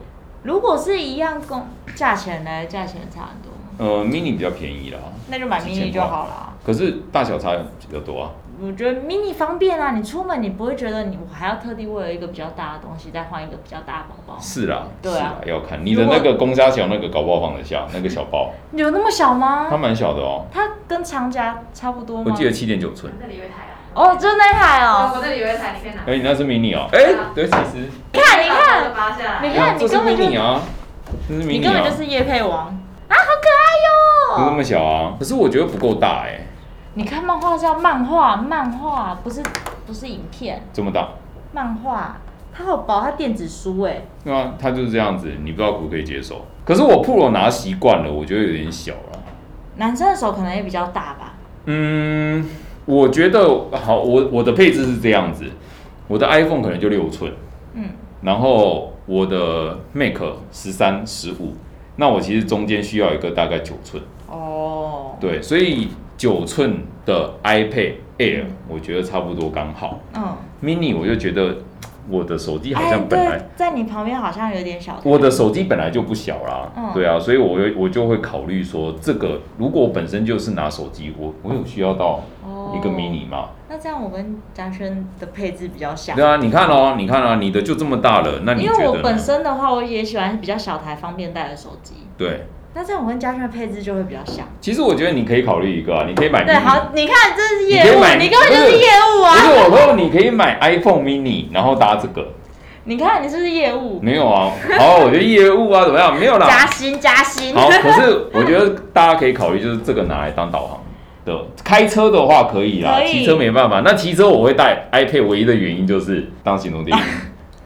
[SPEAKER 2] 如果是一样工价钱呢，价钱差很多，
[SPEAKER 1] 呃，Mini 比较便宜啦，
[SPEAKER 2] 那就买
[SPEAKER 1] 几千
[SPEAKER 2] mini 就好了。
[SPEAKER 1] 可是大小差比较多啊。
[SPEAKER 2] 我觉得 mini 方便啊，你出门你不会觉得你我还要特地为了一个比较大的东西再换一个比较大的包包，
[SPEAKER 1] 是啦，
[SPEAKER 2] 对
[SPEAKER 1] 是
[SPEAKER 2] 啊
[SPEAKER 1] 啦，要看你的那个公虾小那个搞不好放得下，那个小包
[SPEAKER 2] 有那么小
[SPEAKER 1] 它
[SPEAKER 2] 吗？
[SPEAKER 1] 蛮小的哦，
[SPEAKER 2] 它跟长夹差不多
[SPEAKER 1] 我
[SPEAKER 2] 吗
[SPEAKER 1] 记？得七点九寸。
[SPEAKER 3] 这里有一台啊，
[SPEAKER 2] 哦，就那台哦，
[SPEAKER 3] 我这里有一台，你可以拿。
[SPEAKER 1] 哎，你那是 Mini 哦？哎，对，其实
[SPEAKER 2] 看你看，，
[SPEAKER 3] 拔下来。
[SPEAKER 2] 你看
[SPEAKER 1] 这
[SPEAKER 2] 你
[SPEAKER 1] 是
[SPEAKER 2] 根本就
[SPEAKER 1] Mini 啊，这是 Mini 啊，
[SPEAKER 2] 你根本就是夜配王啊，
[SPEAKER 1] 就
[SPEAKER 2] 好可爱
[SPEAKER 1] 那
[SPEAKER 2] 哟、
[SPEAKER 1] 么小啊。可是我觉得不够大哎，
[SPEAKER 2] 你看漫画是要漫画，漫画不是不是影片，
[SPEAKER 1] 这么大。
[SPEAKER 2] 漫画它好薄，它电子书哎、
[SPEAKER 1] 对啊，它就是这样子，你不知道可不可以接受。可是我 Pro 拿习惯了，我觉得有点小啊了。
[SPEAKER 2] 男生的手可能也比较大吧。
[SPEAKER 1] 嗯，我觉得好，我我的配置是这样子，我的 iPhone 可能就六寸，
[SPEAKER 2] 嗯，
[SPEAKER 1] 然后我的 Mac 十三、十五，那我其实中间需要一个大概九寸，
[SPEAKER 2] 哦，
[SPEAKER 1] 对，所以九寸的 iPad Air 我觉得差不多刚好。
[SPEAKER 2] 嗯，
[SPEAKER 1] Mini 我就觉得我的手机好
[SPEAKER 2] 哎，
[SPEAKER 1] 像本来
[SPEAKER 2] 对，在你旁边好像有点小。
[SPEAKER 1] 我的手机本来就不小啦，
[SPEAKER 2] 嗯
[SPEAKER 1] 对啊，所以我会我就会考虑说，这个如果我本身就是拿手机，我我有需要到
[SPEAKER 2] 哦
[SPEAKER 1] 一个 mini 吗？
[SPEAKER 2] 那这样我跟嘉轩的配置比较像
[SPEAKER 1] 对。啊，你看哦，你看啊，你的就这么大了，那你
[SPEAKER 2] 因
[SPEAKER 1] 觉
[SPEAKER 2] 为
[SPEAKER 1] 得
[SPEAKER 2] 我本
[SPEAKER 1] 呢？
[SPEAKER 2] 身的话，我也喜欢比较小台方便带的手机。
[SPEAKER 1] 对，
[SPEAKER 2] 那这样我跟嘉轩的配置就会比较像。
[SPEAKER 1] 其实我觉得你可以考虑一个啊，你可以买
[SPEAKER 2] 对，
[SPEAKER 1] mini，
[SPEAKER 2] 好，你看这是
[SPEAKER 1] 你
[SPEAKER 2] 业
[SPEAKER 1] 可以
[SPEAKER 2] 务
[SPEAKER 1] 买，
[SPEAKER 2] 你根本就是业务
[SPEAKER 1] 不
[SPEAKER 2] 啊
[SPEAKER 1] 是！我说你可以买 iPhone mini，然后搭这个，
[SPEAKER 2] 你看你是不是业务？
[SPEAKER 1] 没有啊？好，我觉得业务啊怎么样？没有啦
[SPEAKER 2] 加，薪加薪。
[SPEAKER 1] 好，可是我觉得大家可以考虑，就是这个拿来当导航。的，开车的话可以啦，
[SPEAKER 2] 可以
[SPEAKER 1] 骑车没办法。那骑车我会带 iPad，唯一的原因就是当行动电
[SPEAKER 2] *laughs*
[SPEAKER 1] 源。
[SPEAKER 2] *laughs*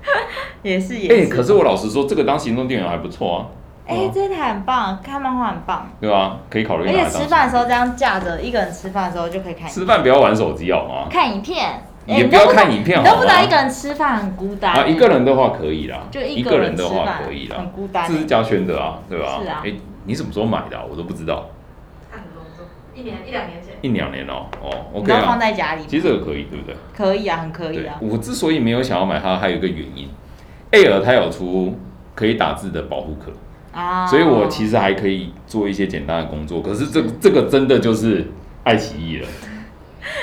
[SPEAKER 2] 也是也
[SPEAKER 1] 哎、
[SPEAKER 2] 是。
[SPEAKER 1] 可是我老实说，这个当行动电源还不错啊，
[SPEAKER 2] 哎、这台很棒，看漫画很棒，
[SPEAKER 1] 对吧？可以考虑拿
[SPEAKER 2] 而
[SPEAKER 1] 来
[SPEAKER 2] 且
[SPEAKER 1] 当行
[SPEAKER 2] 吃饭的时候这样架着，一个人吃饭的时候就可以看
[SPEAKER 1] 吃饭不要玩手机好
[SPEAKER 2] *laughs*
[SPEAKER 1] 吗？
[SPEAKER 2] 看影片。哎
[SPEAKER 1] 也
[SPEAKER 2] 你
[SPEAKER 1] 不
[SPEAKER 2] 都
[SPEAKER 1] 要
[SPEAKER 2] 知道
[SPEAKER 1] 看影片
[SPEAKER 2] 你都
[SPEAKER 1] 好
[SPEAKER 2] 不
[SPEAKER 1] 吗
[SPEAKER 2] 知？道一个人吃饭很孤单、欸
[SPEAKER 1] 啊，一个人的话可以啦，
[SPEAKER 2] 就
[SPEAKER 1] 一
[SPEAKER 2] 个
[SPEAKER 1] 人
[SPEAKER 2] 吃
[SPEAKER 1] 的话
[SPEAKER 2] 饭
[SPEAKER 1] 可以啦
[SPEAKER 2] 很。孤单、
[SPEAKER 1] 这是
[SPEAKER 2] 欸。
[SPEAKER 1] 嘉轩的啊，对吧？
[SPEAKER 2] 是啊
[SPEAKER 1] 哎、你什么时候买的、啊？我都不知道，
[SPEAKER 3] 差很多，差不多一年一两年前。
[SPEAKER 1] 一两年哦、哦
[SPEAKER 2] 你
[SPEAKER 1] ，OK
[SPEAKER 2] 都放
[SPEAKER 1] 啊。
[SPEAKER 2] 在家里，
[SPEAKER 1] 其实这个可以，对不对？
[SPEAKER 2] 可以啊，很可以
[SPEAKER 1] 对
[SPEAKER 2] 啊，。
[SPEAKER 1] 我之所以没有想要买它，还有一个原因，Air 它有出可以打字的保护壳，
[SPEAKER 2] 啊，
[SPEAKER 1] 所以我其实还可以做一些简单的工作。可是这这个真的就是爱奇艺
[SPEAKER 2] *laughs*
[SPEAKER 1] 了，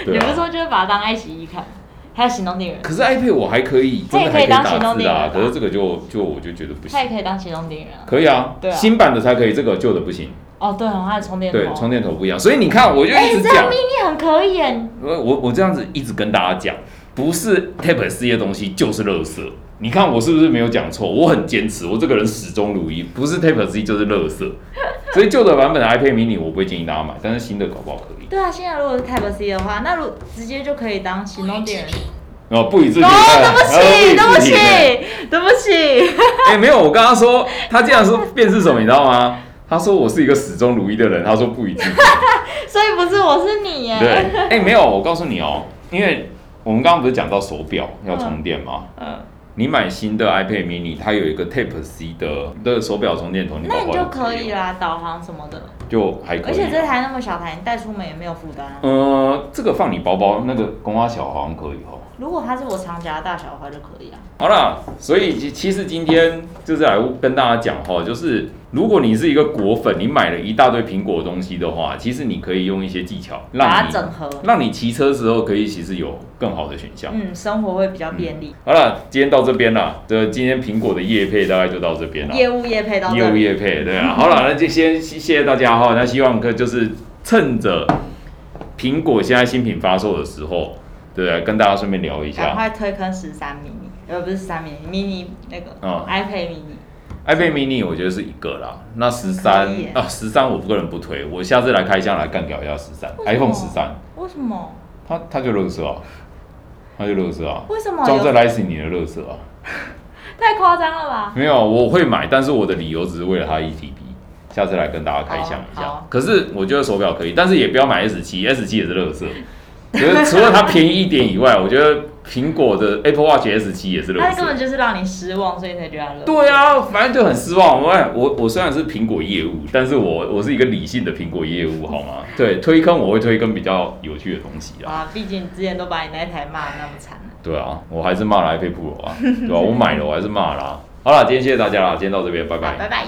[SPEAKER 1] 对
[SPEAKER 2] 有的
[SPEAKER 1] 啊
[SPEAKER 2] 时。候就会把它当爱奇艺看，还有行动电源，
[SPEAKER 1] 可是 iPad 我还可以，
[SPEAKER 2] 它
[SPEAKER 1] 真
[SPEAKER 2] 也
[SPEAKER 1] 的
[SPEAKER 2] 可
[SPEAKER 1] 还
[SPEAKER 2] 以当行
[SPEAKER 1] 打
[SPEAKER 2] 动
[SPEAKER 1] 字
[SPEAKER 2] 电源
[SPEAKER 1] 啊。
[SPEAKER 2] 吧
[SPEAKER 1] 可是这个就就我就觉得不
[SPEAKER 2] 它也
[SPEAKER 1] 行。
[SPEAKER 2] 可以当行动电源啊。
[SPEAKER 1] 可以啊，
[SPEAKER 2] 对啊
[SPEAKER 1] 新版的才可以，这个旧的不行。
[SPEAKER 2] 哦，对哦，它的充电
[SPEAKER 1] 对，
[SPEAKER 2] 口
[SPEAKER 1] 充电头不一样，所以你看，我就
[SPEAKER 2] 哎、
[SPEAKER 1] 一直
[SPEAKER 2] 这
[SPEAKER 1] 讲
[SPEAKER 2] 个，mini 很可以耶，
[SPEAKER 1] 我我我这样子一直跟大家讲，不是 Tape 这些东西就是垃圾。你看我是不是没有讲错？我很坚持，我这个人始终如一，不是 Tape C 就是垃圾。所以旧的版本的 iPad mini 我不会建议大家买，但是新的搞不好可以。
[SPEAKER 2] 对啊，现在如果是 Type C 的话，那如直接就可以当行动电源。
[SPEAKER 1] 哦，不予置评。
[SPEAKER 2] 哦，对
[SPEAKER 1] 呃
[SPEAKER 2] 不
[SPEAKER 1] 予置
[SPEAKER 2] 起，
[SPEAKER 1] 评
[SPEAKER 2] 对不起，对不起， *laughs*
[SPEAKER 1] 哎、没有，我跟他说，他竟然说辨识什么，你知道吗？他说我是一个始终如一的人，他说不予置评。
[SPEAKER 2] 所以不是我是你耶。 *laughs*
[SPEAKER 1] 对，哎、没有，我告诉你哦，因为我们刚刚不是讲到手表要充电吗？
[SPEAKER 2] 嗯，
[SPEAKER 1] 你买新的 iPad mini，它有一个 Type C 的的手表充电头，你
[SPEAKER 2] 那你就
[SPEAKER 1] 搞不好
[SPEAKER 2] 可以，啦，导航什么的。
[SPEAKER 1] 就还可以啊。
[SPEAKER 2] 而且这台那么小台，你带出门也没有负担啊。
[SPEAKER 1] 呃，这个放你包包，那个公阿小好像可以哦。
[SPEAKER 2] 如果它是我长夹大小的话就可以啊。
[SPEAKER 1] 好啦，所以其其实今天就是来跟大家讲哈，就是如果你是一个果粉，你买了一大堆苹果的东西的话，其实你可以用一些技巧，
[SPEAKER 2] 把
[SPEAKER 1] 让
[SPEAKER 2] 它
[SPEAKER 1] 你
[SPEAKER 2] 整合，
[SPEAKER 1] 让你骑车的时候可以其实有更好的选项。
[SPEAKER 2] 嗯，生活会比较便利。
[SPEAKER 1] 好了，今天到这边啦，这今天苹果的业配大概就到这边啦。
[SPEAKER 2] 业务业配到
[SPEAKER 1] 嗯业
[SPEAKER 2] 这
[SPEAKER 1] 务
[SPEAKER 2] 里，
[SPEAKER 1] 业配，对啊。好了，那就先谢谢大家哈。那希望可就是趁着苹果现在新品发售的时候，对啊、跟大家顺便聊一
[SPEAKER 2] 赶
[SPEAKER 1] 下
[SPEAKER 2] 快推坑十三 mini，呃，不是十三 mini，mini 那个
[SPEAKER 1] 嗯
[SPEAKER 2] iPad mini。
[SPEAKER 1] iPad mini，我觉得是一个啦。那十三
[SPEAKER 2] 可以耶
[SPEAKER 1] 啊，十三我个人不推，我下次来开箱来干掉一下十三
[SPEAKER 2] 为什么
[SPEAKER 1] ，iPhone 十三，
[SPEAKER 2] 为什么？
[SPEAKER 1] 它它就乐色啊，它就乐色啊，
[SPEAKER 2] 为什么
[SPEAKER 1] 装在
[SPEAKER 2] 有？
[SPEAKER 1] Lightning 的乐色啊。
[SPEAKER 2] 太夸张
[SPEAKER 1] *laughs*
[SPEAKER 2] 了吧？
[SPEAKER 1] 没有，我会买，但是我的理由只是为了它 ETB，下次来跟大家开箱一下。
[SPEAKER 2] 好好
[SPEAKER 1] 可是我觉得手表可以，但是也不要买 S 七，S 七也是垃圾。觉得除了它便宜一点以外，我觉得苹果的 Apple Watch S 七也是垃
[SPEAKER 2] 它根本
[SPEAKER 1] 圾。
[SPEAKER 2] 就是让你失望，所以你才觉得它乐。
[SPEAKER 1] 对啊，反正就很失望。我我我虽然是苹果业务，但是我我是一个理性的苹果业务，好吗？对，推坑我会推坑比较有趣的东西啊。
[SPEAKER 2] 啊，毕竟你之前都把你那台骂得那么惨了。
[SPEAKER 1] 对啊，我啊还是骂了 iPad Pro 啊，对吧、我买了，我还是骂了啊。好了，今天谢谢大家啦，今天到这边，拜
[SPEAKER 2] 好拜拜。